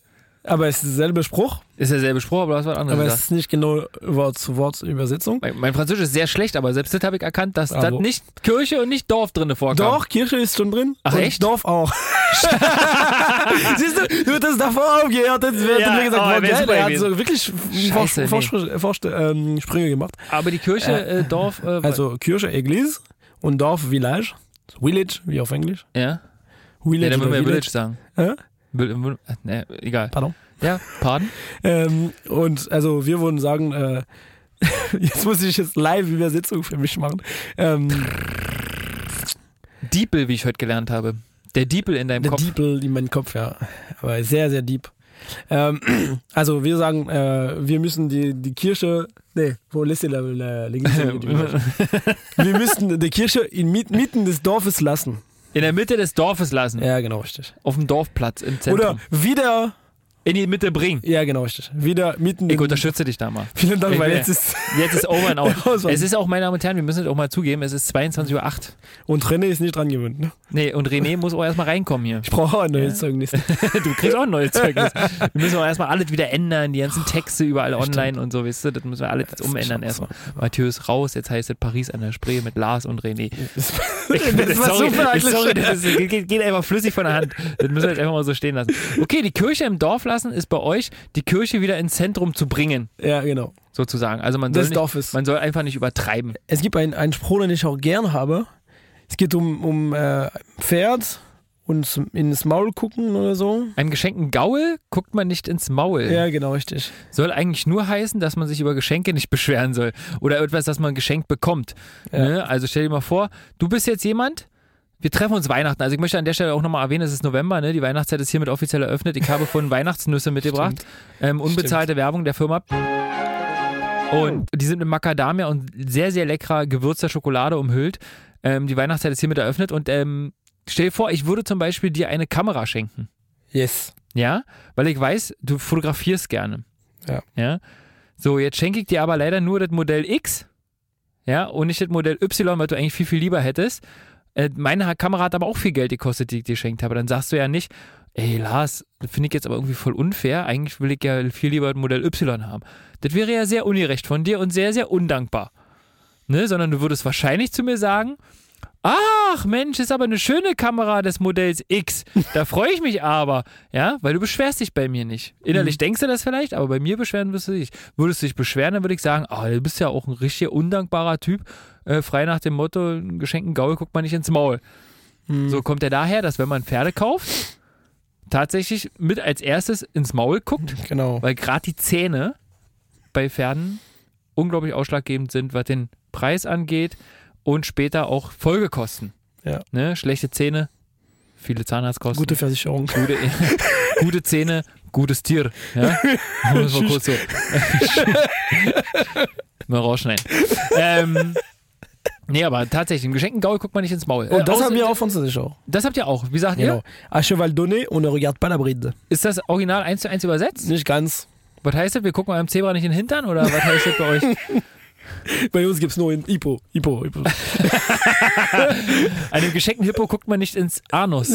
[SPEAKER 3] aber es ist derselbe Spruch,
[SPEAKER 2] Ist derselbe Spruch, aber du hast was anderes
[SPEAKER 3] aber es
[SPEAKER 2] gesagt.
[SPEAKER 3] ist nicht genau Wort zu Wort Übersetzung.
[SPEAKER 2] Mein, mein Französisch ist sehr schlecht, aber selbst das habe ich erkannt, dass das
[SPEAKER 3] Bravo.
[SPEAKER 2] nicht Kirche und nicht Dorf drinne vorkam.
[SPEAKER 3] Doch, Kirche ist schon drin.
[SPEAKER 2] Ach,
[SPEAKER 3] und
[SPEAKER 2] echt?
[SPEAKER 3] Dorf auch. Siehst du, du hättest davor aufgehört, hättest wir
[SPEAKER 2] Ja,
[SPEAKER 3] hätten wir gesagt,
[SPEAKER 2] oh,
[SPEAKER 3] wow,
[SPEAKER 2] wär
[SPEAKER 3] geil,
[SPEAKER 2] super
[SPEAKER 3] er hat
[SPEAKER 2] gewesen.
[SPEAKER 3] so wirklich
[SPEAKER 2] Scheiße,
[SPEAKER 3] Vorsprünge Vor Vor ähm, Sprünge gemacht.
[SPEAKER 2] Aber die Kirche, äh, Dorf, äh,
[SPEAKER 3] Also Kirche, Église und Dorf, Village. Village, wie auf Englisch.
[SPEAKER 2] ja? ja,
[SPEAKER 3] Village,
[SPEAKER 2] dann
[SPEAKER 3] oder
[SPEAKER 2] würden wir Village
[SPEAKER 3] Village.
[SPEAKER 2] sagen.
[SPEAKER 3] Hä?
[SPEAKER 2] Will- will- äh, Nee, egal.
[SPEAKER 3] Pardon.
[SPEAKER 2] Ja, pardon?
[SPEAKER 3] Ähm, und also wir würden sagen, äh, jetzt muss ich jetzt live Übersetzung für mich machen. Ähm,
[SPEAKER 2] Diepel, wie ich heute gelernt habe. Der Diepel in deinem
[SPEAKER 3] der
[SPEAKER 2] Kopf.
[SPEAKER 3] Diepel in meinen Kopf, ja. Aber sehr, sehr deep. Ähm, also wir sagen, äh, wir müssen die, die Kirche, nee, wo lässt ihr äh, la- la- la- Wir müssen die Kirche inmitten mitten des Dorfes lassen.
[SPEAKER 2] In der Mitte des Dorfes lassen.
[SPEAKER 3] Ja, genau, richtig.
[SPEAKER 2] Auf dem Dorfplatz im Zentrum.
[SPEAKER 3] Oder wieder,
[SPEAKER 2] in die Mitte bringen.
[SPEAKER 3] ja, genau, richtig. Wieder mitten
[SPEAKER 2] Ich
[SPEAKER 3] in-
[SPEAKER 2] unterstütze dich da mal.
[SPEAKER 3] Vielen Dank,
[SPEAKER 2] Ich
[SPEAKER 3] weil
[SPEAKER 2] will-
[SPEAKER 3] jetzt ist,
[SPEAKER 2] Jetzt ist over and out.
[SPEAKER 3] Raus, Mann.
[SPEAKER 2] es ist auch, meine Damen und Herren, wir müssen es auch mal zugeben, es ist 22.08 Uhr.
[SPEAKER 3] und René ist nicht dran gewöhnt. Ne?
[SPEAKER 2] Nee, und René muss auch erstmal reinkommen hier.
[SPEAKER 3] Ich brauche auch ein neues Zeugnis.
[SPEAKER 2] Du kriegst auch ein neues Zeugnis. Wir müssen auch erstmal alles wieder ändern, die ganzen Texte überall online und so, weißt du, das müssen wir alles jetzt umändern erstmal. Matthäus raus, jetzt heißt es Paris an der Spree mit Lars und René.
[SPEAKER 3] Das war
[SPEAKER 2] sorry,
[SPEAKER 3] super eigentlich.
[SPEAKER 2] sorry, das ist, geht, geht einfach flüssig von der Hand. Das müssen wir jetzt einfach mal so stehen lassen. Okay, die Kirche im Dorf lassen ist bei euch, die Kirche wieder ins Zentrum zu bringen,
[SPEAKER 3] Ja, genau.
[SPEAKER 2] sozusagen. Also man soll,
[SPEAKER 3] Des
[SPEAKER 2] nicht,
[SPEAKER 3] Dorfes.
[SPEAKER 2] man soll einfach nicht übertreiben.
[SPEAKER 3] es gibt einen, einen Spruch, den ich auch gern habe. Es geht um, um äh, Pferd und zum- ins Maul gucken oder so.
[SPEAKER 2] Einem geschenkten Gaul guckt man nicht ins Maul.
[SPEAKER 3] Ja, genau, richtig.
[SPEAKER 2] Soll eigentlich nur heißen, dass man sich über Geschenke nicht beschweren soll. Oder etwas, das man geschenkt bekommt. Ne? Also stell dir mal vor, du bist jetzt jemand, wir treffen uns Weihnachten. Also ich möchte an der Stelle auch nochmal erwähnen, es ist November, ne? die Weihnachtszeit ist hiermit offiziell eröffnet. Ich habe vorhin Weihnachtsnüsse mitgebracht. Ähm, unbezahlte Werbung der Firma. Und die sind mit Macadamia und sehr, sehr leckerer gewürzter Schokolade umhüllt. Ähm, die Weihnachtszeit ist hiermit eröffnet. Und ähm, stell dir vor, ich würde zum Beispiel dir eine Kamera schenken.
[SPEAKER 3] Yes.
[SPEAKER 2] Ja, weil ich weiß, du fotografierst gerne.
[SPEAKER 3] Ja.
[SPEAKER 2] ja. So, jetzt schenke ich dir aber leider nur das Modell X, ja, und nicht das Modell Y, weil du eigentlich viel, viel lieber hättest. Äh, Meine Ha- Kamera hat aber auch viel Geld gekostet, die ich dir geschenkt habe. Dann sagst du ja nicht, ey Lars, das finde ich jetzt aber irgendwie voll unfair. Eigentlich will ich ja viel lieber das Modell Y haben. Das wäre ja sehr ungerecht von dir und sehr, sehr undankbar. Ne? Sondern du würdest wahrscheinlich zu mir sagen, Ach Mensch, ist aber eine schöne Kamera des Modells X. Da freue ich mich aber, ja, weil du beschwerst dich bei mir nicht. Innerlich denkst du das vielleicht, aber bei mir beschweren wirst du dich. Würdest du dich beschweren, dann würde ich sagen, ah, du bist ja auch ein richtig undankbarer Typ. Äh, frei nach dem Motto, ein geschenkten Gaul guckt man nicht ins Maul. So kommt er daher, dass wenn man Pferde kauft, tatsächlich mit als erstes ins Maul guckt,
[SPEAKER 3] Genau.
[SPEAKER 2] weil gerade die Zähne bei Pferden unglaublich ausschlaggebend sind, was den Preis angeht und später auch Folgekosten.
[SPEAKER 3] Ja.
[SPEAKER 2] Ne? Schlechte Zähne, viele Zahnarztkosten.
[SPEAKER 3] Gute Versicherung.
[SPEAKER 2] gute, E- gute Zähne, gutes Tier. Ja? Muss mal kurz so. mal rausschneiden. Ähm, nee, aber tatsächlich, im geschenkten Gaul guckt man nicht ins Maul. Äh,
[SPEAKER 3] Und das
[SPEAKER 2] außer-
[SPEAKER 3] haben wir auch von sich auch.
[SPEAKER 2] das habt ihr auch. Wie sagt
[SPEAKER 3] Genau.
[SPEAKER 2] ihr?
[SPEAKER 3] À cheval donné, on ne regarde pas la bride.
[SPEAKER 2] Ist das Original eins zu eins übersetzt?
[SPEAKER 3] Nicht ganz.
[SPEAKER 2] Was heißt das? Wir gucken einem Zebra nicht in den Hintern? Oder was heißt das bei euch?
[SPEAKER 3] Bei uns gibt es nur in Ipo. Ipo, Ipo.
[SPEAKER 2] An dem geschenkten Hippo guckt man nicht ins Anus.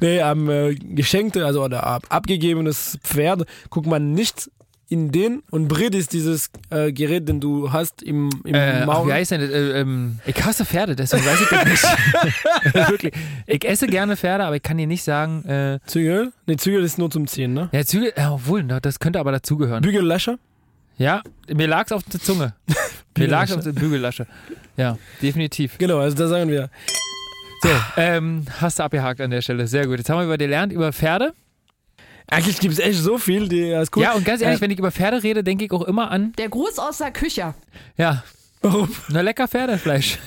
[SPEAKER 3] nee, am äh, geschenkte, also oder ab, abgegebenes Pferd guckt man nicht in den. Und Bride ist dieses äh, Gerät, den du hast im, im
[SPEAKER 2] Äh, ach,
[SPEAKER 3] Maul.
[SPEAKER 2] wie heißt denn das? Äh, ähm, ich hasse Pferde, deswegen weiß ich das nicht. Wirklich. Ich esse gerne Pferde, aber ich kann dir nicht sagen. Äh,
[SPEAKER 3] Zügel? Nee, Zügel ist nur zum Ziehen, ne?
[SPEAKER 2] ja, ne, Zügel, ja, obwohl, na, das könnte aber dazugehören.
[SPEAKER 3] Bügellasche?
[SPEAKER 2] Ja, mir lag's auf der Zunge. Belag
[SPEAKER 3] Bügelwäsche.
[SPEAKER 2] und Bügellasche. Ja, definitiv.
[SPEAKER 3] Genau, also da sagen wir.
[SPEAKER 2] So, ähm, hast du abgehakt an der Stelle. Sehr gut. Jetzt haben wir über gelernt, über Pferde.
[SPEAKER 3] Eigentlich gibt es echt so viel, die das ist gut.
[SPEAKER 2] Ja, und ganz ehrlich,
[SPEAKER 3] Äh,
[SPEAKER 2] wenn ich über Pferde rede, denke ich auch immer an,
[SPEAKER 6] Der Gruß aus der Küche.
[SPEAKER 2] ja,
[SPEAKER 3] warum?
[SPEAKER 2] na lecker Pferdefleisch.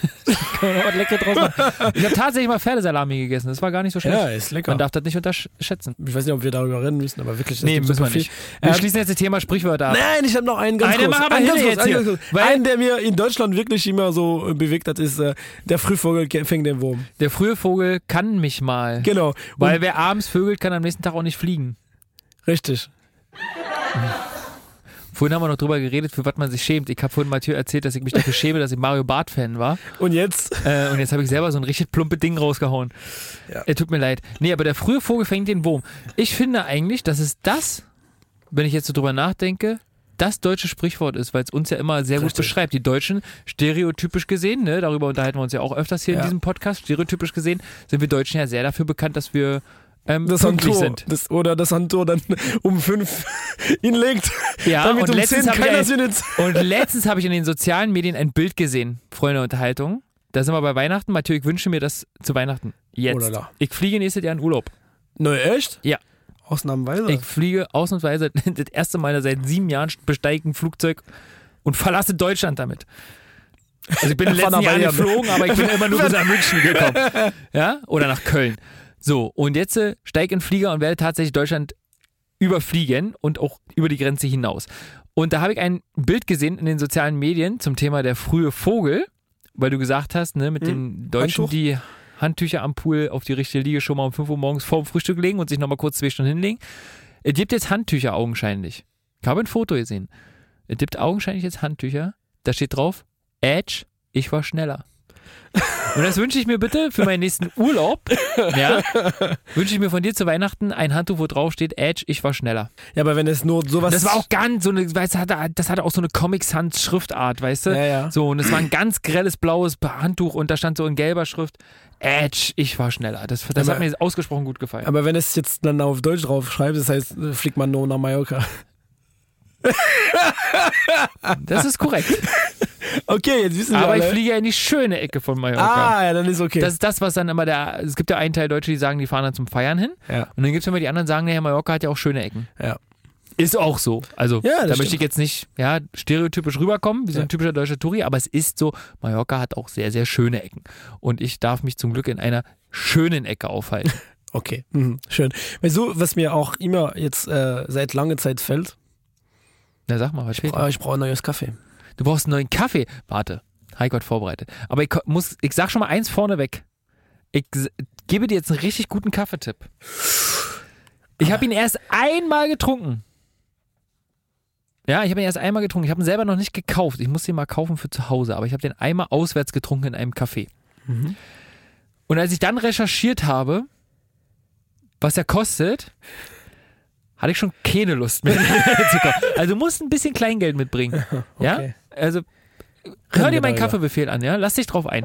[SPEAKER 2] Kann man noch was Leckeres draus machen. Ich habe tatsächlich mal Pferdesalami gegessen. Das war gar nicht so schlecht.
[SPEAKER 3] Ja, ist lecker.
[SPEAKER 2] Man darf das nicht unterschätzen.
[SPEAKER 3] ich weiß nicht, ob wir darüber reden müssen, aber wirklich, das
[SPEAKER 2] Nee,
[SPEAKER 3] gibt
[SPEAKER 2] müssen
[SPEAKER 3] super
[SPEAKER 2] wir
[SPEAKER 3] viel.
[SPEAKER 2] nicht. Wir
[SPEAKER 3] Äh,
[SPEAKER 2] schließen jetzt das Thema Sprichwörter ab.
[SPEAKER 3] Nein, ich habe noch einen ganz
[SPEAKER 2] Nein, dann
[SPEAKER 3] kurz.
[SPEAKER 2] mach aber
[SPEAKER 3] einen ganz
[SPEAKER 2] hin
[SPEAKER 3] kurz,
[SPEAKER 2] jetzt
[SPEAKER 3] einen
[SPEAKER 2] hier.
[SPEAKER 3] ganz kurz.
[SPEAKER 2] Weil-
[SPEAKER 3] Einen, der mir in Deutschland wirklich immer so äh, bewegt hat, ist äh, der Frühvogel ke- fängt den Wurm.
[SPEAKER 2] Der frühe Vogel kann mich mal.
[SPEAKER 3] Genau. Und-
[SPEAKER 2] Weil wer abends vögelt, kann am nächsten Tag auch nicht fliegen.
[SPEAKER 3] richtig.
[SPEAKER 2] Vorhin haben wir noch drüber geredet, für was man sich schämt. Ich habe vorhin Mathieu erzählt, dass ich mich dafür schäme, dass ich Mario Barth-Fan war.
[SPEAKER 3] Und jetzt
[SPEAKER 2] Äh, und jetzt habe ich selber so ein richtig plumpe Ding rausgehauen.
[SPEAKER 3] Ja.
[SPEAKER 2] Äh, tut mir leid. Nee, aber der frühe Vogel fängt den Wurm. Ich finde eigentlich, dass es das, wenn ich jetzt so drüber nachdenke, das deutsche Sprichwort ist, weil es uns ja immer sehr gut
[SPEAKER 3] Richtig.
[SPEAKER 2] beschreibt. Die Deutschen, stereotypisch gesehen, ne, darüber unterhalten wir uns ja auch öfters hier
[SPEAKER 3] Ja.
[SPEAKER 2] in diesem Podcast, stereotypisch gesehen, sind wir Deutschen ja sehr dafür bekannt, dass wir ähm,
[SPEAKER 3] das
[SPEAKER 2] pünktlich
[SPEAKER 3] Handtor
[SPEAKER 2] sind.
[SPEAKER 3] Das, oder das Handtor dann um fünf hinlegt,
[SPEAKER 2] Ja,
[SPEAKER 3] damit
[SPEAKER 2] und
[SPEAKER 3] um
[SPEAKER 2] letztens
[SPEAKER 3] zehn
[SPEAKER 2] hab ich
[SPEAKER 3] keiner
[SPEAKER 2] ein-
[SPEAKER 3] sie jetzt.
[SPEAKER 2] Und letztens habe ich in den sozialen Medien ein Bild gesehen, Freunde Unterhaltung. Da sind wir bei Weihnachten. Mathieu, ich wünsche mir das zu Weihnachten. Jetzt.
[SPEAKER 3] Oh la la.
[SPEAKER 2] Ich fliege nächstes Jahr in Urlaub.
[SPEAKER 3] Nö, echt?
[SPEAKER 2] Ja.
[SPEAKER 3] Ausnahmsweise.
[SPEAKER 2] Ich fliege ausnahmsweise das erste Mal seit sieben Jahren besteige ein Flugzeug und verlasse Deutschland damit. Also ich bin in den
[SPEAKER 3] Von
[SPEAKER 2] letzten Jahren
[SPEAKER 3] Bayern.
[SPEAKER 2] geflogen, aber ich bin immer nur bis nach München gekommen. Ja? Oder nach Köln. So, und jetzt äh, steig in den Flieger und werde tatsächlich Deutschland überfliegen und auch über die Grenze hinaus. Und da habe ich ein Bild gesehen in den sozialen Medien zum Thema der frühe Vogel, weil du gesagt hast, ne, mit den Deutschen,
[SPEAKER 3] Hm. Handtuch?
[SPEAKER 2] die Handtücher am Pool auf die richtige Liege schon mal um 5 Uhr morgens vorm Frühstück legen und sich nochmal kurz zwei Stunden hinlegen. Es gibt jetzt Handtücher augenscheinlich. Ich habe ein Foto gesehen. Es gibt augenscheinlich jetzt Handtücher. Da steht drauf, Edge, ich war schneller. Und das wünsche ich mir bitte für meinen nächsten Urlaub. Ja, wünsche ich mir von dir zu Weihnachten ein Handtuch, wo drauf steht, Edge, ich war schneller.
[SPEAKER 3] ja, aber wenn es nur sowas.
[SPEAKER 2] Das war auch ganz so eine, weißt du, hatte, das hatte auch so eine Comics-Hand-Schriftart, weißt du?
[SPEAKER 3] Ja, ja.
[SPEAKER 2] So, und es war ein ganz grelles blaues Handtuch und da stand so in gelber Schrift, Edge, ich war schneller. Das, das
[SPEAKER 3] Aber-
[SPEAKER 2] hat mir ausgesprochen gut gefallen.
[SPEAKER 3] Aber wenn es jetzt dann auf Deutsch draufschreibt, das heißt, äh, fliegt man nur nach Mallorca.
[SPEAKER 2] Das ist korrekt.
[SPEAKER 3] Okay, jetzt wissen wir
[SPEAKER 2] Aber
[SPEAKER 3] alle.
[SPEAKER 2] ich fliege ja in die schöne Ecke von Mallorca.
[SPEAKER 3] Ah, ja, dann ist okay.
[SPEAKER 2] Das ist das, was dann immer der. Es gibt ja einen Teil Deutsche, die sagen, die fahren dann zum Feiern hin.
[SPEAKER 3] Ja.
[SPEAKER 2] Und dann gibt es immer die anderen, die sagen, naja, Mallorca hat ja auch schöne Ecken.
[SPEAKER 3] ja.
[SPEAKER 2] Ist auch so. Also
[SPEAKER 3] Ja, das
[SPEAKER 2] da möchte
[SPEAKER 3] stimmt.
[SPEAKER 2] ich jetzt nicht ja, stereotypisch rüberkommen, wie so ein
[SPEAKER 3] Ja.
[SPEAKER 2] typischer deutscher Touri, aber es ist so, Mallorca hat auch sehr, sehr schöne Ecken. Und ich darf mich zum Glück in einer schönen Ecke aufhalten.
[SPEAKER 3] Okay, mhm, schön. Weil so, was mir auch immer jetzt äh, seit langer Zeit fällt,
[SPEAKER 2] Na sag mal, was fehlt?
[SPEAKER 3] ah, ich brauche ein neues Kaffee.
[SPEAKER 2] Du brauchst einen neuen Kaffee. Warte, Heiko hat vorbereitet. Aber ich ko- muss, ich sag schon mal eins vorneweg. Ich s- gebe dir jetzt einen richtig guten Kaffeetipp. Ich habe ihn erst einmal getrunken. Ja, ich habe ihn erst einmal getrunken. Ich habe ihn selber noch nicht gekauft. Ich muss den mal kaufen für zu Hause. Aber ich habe den einmal auswärts getrunken in einem Café.
[SPEAKER 3] Mhm.
[SPEAKER 2] Und als ich dann recherchiert habe, was er kostet, hatte ich schon keine Lust mehr zu kaufen. Also du musst ein bisschen Kleingeld mitbringen. Ja?
[SPEAKER 3] Okay.
[SPEAKER 2] Also
[SPEAKER 3] Reden
[SPEAKER 2] hör
[SPEAKER 3] wir
[SPEAKER 2] dir meinen
[SPEAKER 3] darüber.
[SPEAKER 2] Kaffeebefehl an, ja? Lass dich drauf ein.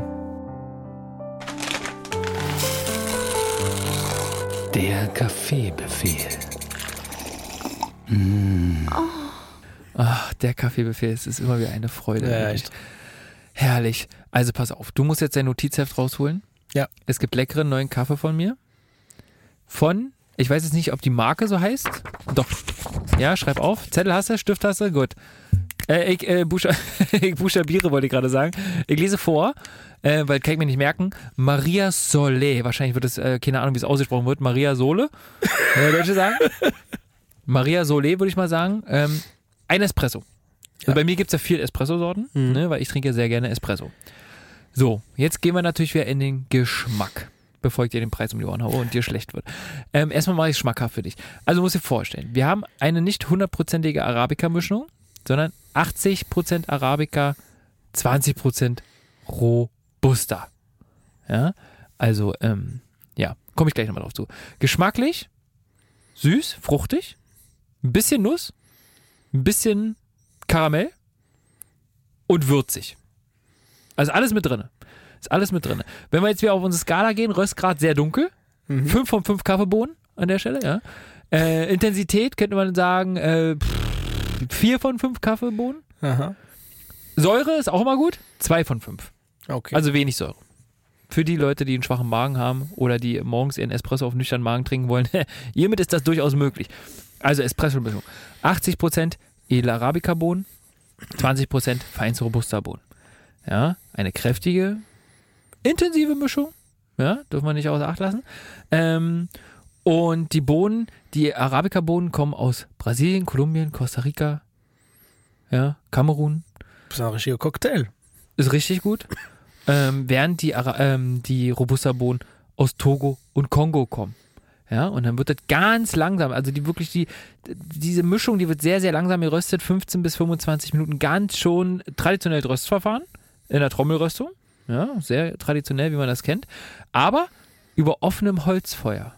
[SPEAKER 7] Der Kaffeebefehl.
[SPEAKER 2] Ach, der Kaffeebefehl, es ist immer wieder eine Freude.
[SPEAKER 3] Ja,
[SPEAKER 2] Wirklich. Herrlich. Also pass auf, du musst jetzt dein Notizheft rausholen.
[SPEAKER 3] Ja.
[SPEAKER 2] Es gibt leckeren neuen Kaffee von mir. Von, ich weiß jetzt nicht, ob die Marke so heißt. Doch. Ja, schreib auf. Zettel hast du, Stift hast du, gut. Äh, ich, äh, Buchstab ich buchstabiere, wollte ich gerade sagen. Ich lese vor, äh, weil kann ich mir nicht merken. Maria Sole. Wahrscheinlich wird es, äh, keine Ahnung, wie es ausgesprochen wird. Maria Sole. Kann der Deutsche sagen? Maria Sole, würde ich mal sagen. Ähm, ein Espresso. Also bei mir gibt es ja vier Espresso-Sorten, ne, weil ich trinke ja sehr gerne Espresso. So, jetzt gehen wir natürlich wieder in den Geschmack, bevor ich dir den Preis um die Ohren haue und dir schlecht wird. Ähm, erstmal mache ich es schmackhaft für dich. Also du musst dir vorstellen, wir haben eine nicht hundertprozentige Arabica-Mischung, sondern 80% Arabica, 20% Robusta. Ja, also, ähm, ja, komme ich gleich nochmal drauf zu. Geschmacklich, süß, fruchtig, ein bisschen Nuss, ein bisschen Karamell und würzig. Also alles mit drin. Ist alles mit drin. Wenn wir jetzt wieder auf unsere Skala gehen, Röstgrad sehr dunkel. fünf 5 von 5 Kaffeebohnen an der Stelle, ja. Äh, Intensität könnte man sagen, äh, pff, 4 von 5 Kaffeebohnen.
[SPEAKER 3] Aha.
[SPEAKER 2] Säure ist auch immer gut. Zwei von fünf.
[SPEAKER 3] Okay.
[SPEAKER 2] Also wenig Säure. Für die Leute, die einen schwachen Magen haben oder die morgens ihren Espresso auf nüchtern Magen trinken wollen, hiermit ist das durchaus möglich. Also Espresso-Mischung. 80% edler Arabica-Bohnen, 20% feins robuster Bohnen. Ja, eine kräftige, intensive Mischung. Ja, dürfen wir nicht außer Acht lassen. Ähm, und die Bohnen, die Arabica-Bohnen kommen aus Brasilien, Kolumbien, Costa Rica, ja, Kamerun,
[SPEAKER 3] Das ist ein richtiger Cocktail.
[SPEAKER 2] ist richtig gut. Ähm, während die, Ara- ähm, die Robusta-Bohnen aus Togo und Kongo kommen. Ja, und dann wird das ganz langsam, also die wirklich die, diese Mischung, die wird sehr, sehr langsam geröstet, 15 bis 25 Minuten, ganz schon traditionell Röstverfahren, in der Trommelröstung. Ja, sehr traditionell, wie man das kennt. Aber über offenem Holzfeuer.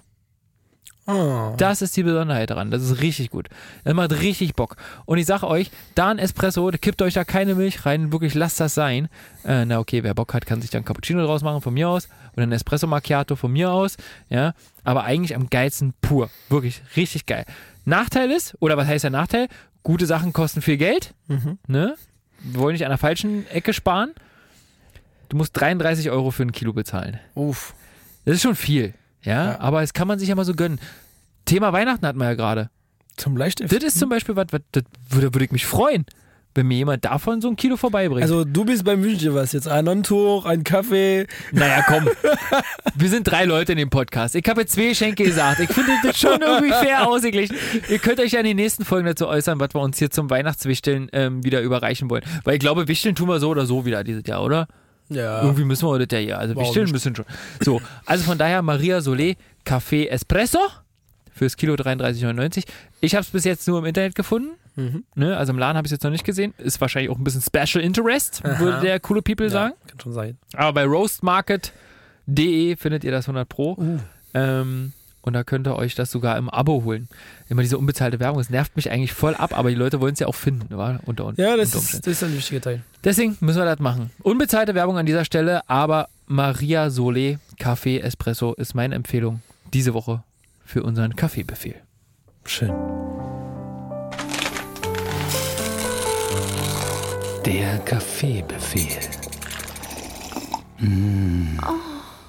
[SPEAKER 3] Ah.
[SPEAKER 2] Das ist die Besonderheit daran. Das ist richtig gut. Das macht richtig Bock. Und ich sag euch, da ein Espresso, kippt euch da keine Milch rein, wirklich lasst das sein. Äh, na okay, wer Bock hat, kann sich dann Cappuccino draus machen, von mir aus. Oder ein Espresso Macchiato von mir aus. Ja, aber eigentlich am geilsten pur. Wirklich richtig geil. Nachteil ist, oder was heißt der Nachteil? Gute Sachen kosten viel Geld. Ne? Wir wollen nicht an der falschen Ecke sparen. Du musst 33 Euro für ein Kilo bezahlen.
[SPEAKER 3] Uff.
[SPEAKER 2] Das ist schon viel, ja,
[SPEAKER 3] Ja.
[SPEAKER 2] aber es kann man sich ja mal so gönnen. Thema Weihnachten hatten wir ja gerade.
[SPEAKER 3] Zum Bleistift.
[SPEAKER 2] Das ist zum Beispiel was, was das würde, würde ich mich freuen, wenn mir jemand davon so ein Kilo vorbeibringt.
[SPEAKER 3] Also du bist beim Wünsch dir was jetzt. Ein Handtuch, ein Kaffee.
[SPEAKER 2] naja, komm. wir sind drei Leute in dem Podcast. Ich habe jetzt zwei Geschenke gesagt. Ich finde das schon irgendwie fair ausgeglichen. Ihr könnt euch ja in den nächsten Folgen dazu äußern, was wir uns hier zum Weihnachtswichteln ähm, wieder überreichen wollen. Weil ich glaube, Wichteln tun wir so oder so wieder dieses Jahr, oder?
[SPEAKER 3] Ja.
[SPEAKER 2] Irgendwie müssen wir das ja hier. Also wir
[SPEAKER 3] Warum
[SPEAKER 2] stillen
[SPEAKER 3] nicht?
[SPEAKER 2] müssen schon. So, also von daher Maria Solé, Café Espresso fürs Kilo 33,99. Ich habe es bis jetzt nur im Internet gefunden.
[SPEAKER 3] Mhm.
[SPEAKER 2] Ne, also im Laden habe ich es jetzt noch nicht gesehen. Ist wahrscheinlich auch ein bisschen Special Interest, würde der coole People sagen.
[SPEAKER 3] Kann schon sein.
[SPEAKER 2] Aber bei roastmarket.de findet ihr das 100 Pro.
[SPEAKER 3] Uh.
[SPEAKER 2] Ähm, und da könnt ihr euch das sogar im Abo holen. Immer diese unbezahlte Werbung, das nervt mich eigentlich voll ab, aber die Leute wollen es ja auch finden, wa? unter uns.
[SPEAKER 3] Ja, das
[SPEAKER 2] unter Umständen.
[SPEAKER 3] ist, das ist ein wichtiger Teil.
[SPEAKER 2] Deswegen müssen wir das machen. Unbezahlte Werbung an dieser Stelle, aber Maria Sole Kaffee Espresso ist meine Empfehlung diese Woche für unseren Kaffeebefehl.
[SPEAKER 3] Schön.
[SPEAKER 7] Der Kaffeebefehl.
[SPEAKER 2] Hm.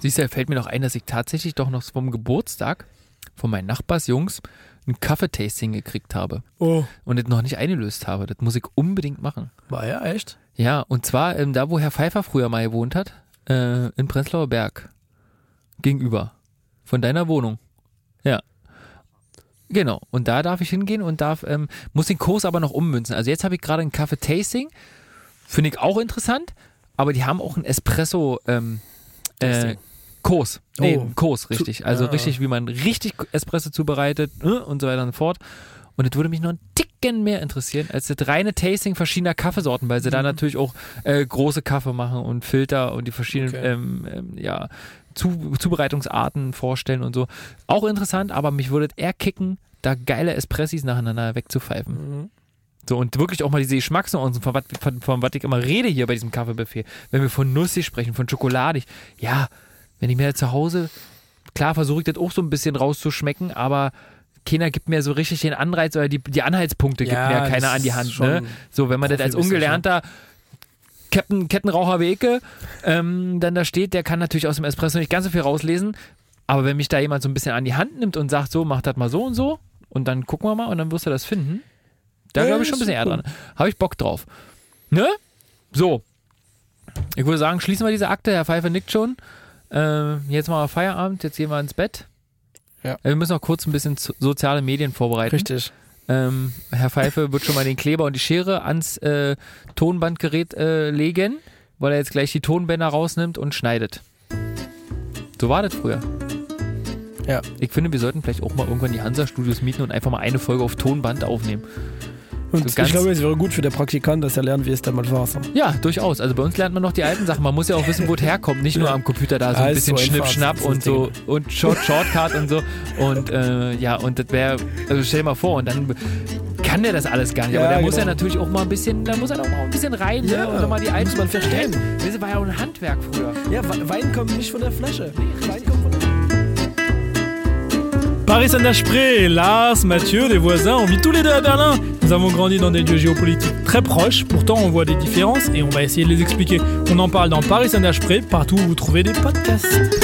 [SPEAKER 2] Siehst du, da fällt mir noch ein, dass ich tatsächlich doch noch vom Geburtstag von meinen Nachbarsjungs ein Kaffeetasting gekriegt habe
[SPEAKER 3] Oh.
[SPEAKER 2] und das noch nicht eingelöst habe. Das muss ich unbedingt machen.
[SPEAKER 3] War ja echt?
[SPEAKER 2] Ja, und zwar ähm, da, wo Herr Pfeiffer früher mal gewohnt hat, äh, in Prenzlauer Berg. Gegenüber. Von deiner Wohnung. Ja. Genau. Und da darf ich hingehen und darf, ähm, muss den Kurs aber noch ummünzen. Also jetzt habe ich gerade ein Kaffee-Tasting. Finde ich auch interessant. Aber die haben auch einen Espresso, ähm, äh, Kurs. Nee,
[SPEAKER 3] Oh.
[SPEAKER 2] Kurs, richtig. Also
[SPEAKER 3] ah.
[SPEAKER 2] richtig, wie man richtig Espresso zubereitet ne, und so weiter und so fort. Und das würde mich noch einen Ticken mehr interessieren als das reine Tasting verschiedener Kaffeesorten, weil
[SPEAKER 3] Mhm.
[SPEAKER 2] sie da natürlich auch äh, große Kaffee machen und Filter und die verschiedenen
[SPEAKER 3] Okay.
[SPEAKER 2] ähm, ähm, ja, Zu Zubereitungsarten vorstellen und so. Auch interessant, aber mich würde es eher kicken, da geile Espressis nacheinander wegzupfeifen. So, und wirklich auch mal diese Geschmacksnuancen, von was von, von was ich immer rede hier bei diesem Kaffeebuffet. Wenn wir von nussig sprechen, von schokoladig. Ja, wenn ich mir zu Hause, klar versuche ich das auch so ein bisschen rauszuschmecken, aber keiner gibt mir so richtig den Anreiz oder die, die Anhaltspunkte gibt
[SPEAKER 3] Ja,
[SPEAKER 2] mir keiner
[SPEAKER 3] das
[SPEAKER 2] an die
[SPEAKER 3] ist
[SPEAKER 2] Hand.
[SPEAKER 3] schon
[SPEAKER 2] Ne? So, wenn man das als
[SPEAKER 3] Profi-Business, ne?
[SPEAKER 2] ungelernter Captain, Kettenraucher Weke ähm, dann da steht, der kann natürlich aus dem Espresso nicht ganz so viel rauslesen, aber wenn mich da jemand so ein bisschen an die Hand nimmt und sagt, so, mach das mal so und so und dann gucken wir mal und dann wirst du das finden, da
[SPEAKER 3] Ja,
[SPEAKER 2] glaube ich
[SPEAKER 3] das
[SPEAKER 2] schon ein
[SPEAKER 3] ist
[SPEAKER 2] bisschen eher
[SPEAKER 3] cool.
[SPEAKER 2] dran. Habe ich Bock drauf. Ne? So. Ich würde sagen, schließen wir diese Akte. Herr Pfeiffer nickt schon. Ähm, jetzt machen wir Feierabend, jetzt gehen wir ins Bett.
[SPEAKER 3] Ja.
[SPEAKER 2] Äh, Wir müssen noch kurz ein bisschen so- soziale Medien vorbereiten.
[SPEAKER 3] Richtig.
[SPEAKER 2] Ähm, Herr Pfeife wird schon mal den Kleber und die Schere ans äh, Tonbandgerät äh, legen, weil er jetzt gleich die Tonbänder rausnimmt und schneidet. So war das früher.
[SPEAKER 3] Ja.
[SPEAKER 2] Ich finde, wir sollten vielleicht auch mal irgendwann die Hansa-Studios mieten und einfach mal eine Folge auf Tonband aufnehmen.
[SPEAKER 3] Und
[SPEAKER 2] So ganz-
[SPEAKER 3] ich glaube, es wäre gut für den Praktikant, dass er lernt, wie es damals war. So.
[SPEAKER 2] Ja, durchaus. Also bei uns lernt man noch die alten Sachen. Man muss ja auch wissen, wo es herkommt. Nicht nur am Computer da so ein
[SPEAKER 3] Alles
[SPEAKER 2] bisschen
[SPEAKER 3] so
[SPEAKER 2] Schnipp,
[SPEAKER 3] einfach.
[SPEAKER 2] Schnapp
[SPEAKER 3] Das ist
[SPEAKER 2] und
[SPEAKER 3] das Ding.
[SPEAKER 2] so und Short Shortcut und so. Und äh, ja, und das wäre, also stell dir mal vor, und dann kann der das alles gar nicht.
[SPEAKER 3] Ja,
[SPEAKER 2] Aber der muss
[SPEAKER 3] genau.
[SPEAKER 2] ja natürlich auch mal ein bisschen, da muss er auch mal ein bisschen rein ne?
[SPEAKER 3] Ja,
[SPEAKER 2] und dann mal die
[SPEAKER 3] muss
[SPEAKER 2] alten
[SPEAKER 3] man verstehen.
[SPEAKER 2] Das war ja auch ein Handwerk früher.
[SPEAKER 3] Ja, Wein kommt nicht von der Flasche. Wein kommt von der Paris an der Spree, Lars, Mathieu, des voisins, on vit tous les deux à Berlin. Nous avons grandi dans des lieux géopolitiques très proches, pourtant on voit des différences et on va essayer de les expliquer. On en parle dans Paris Sondage Pré, partout où vous trouvez des podcasts.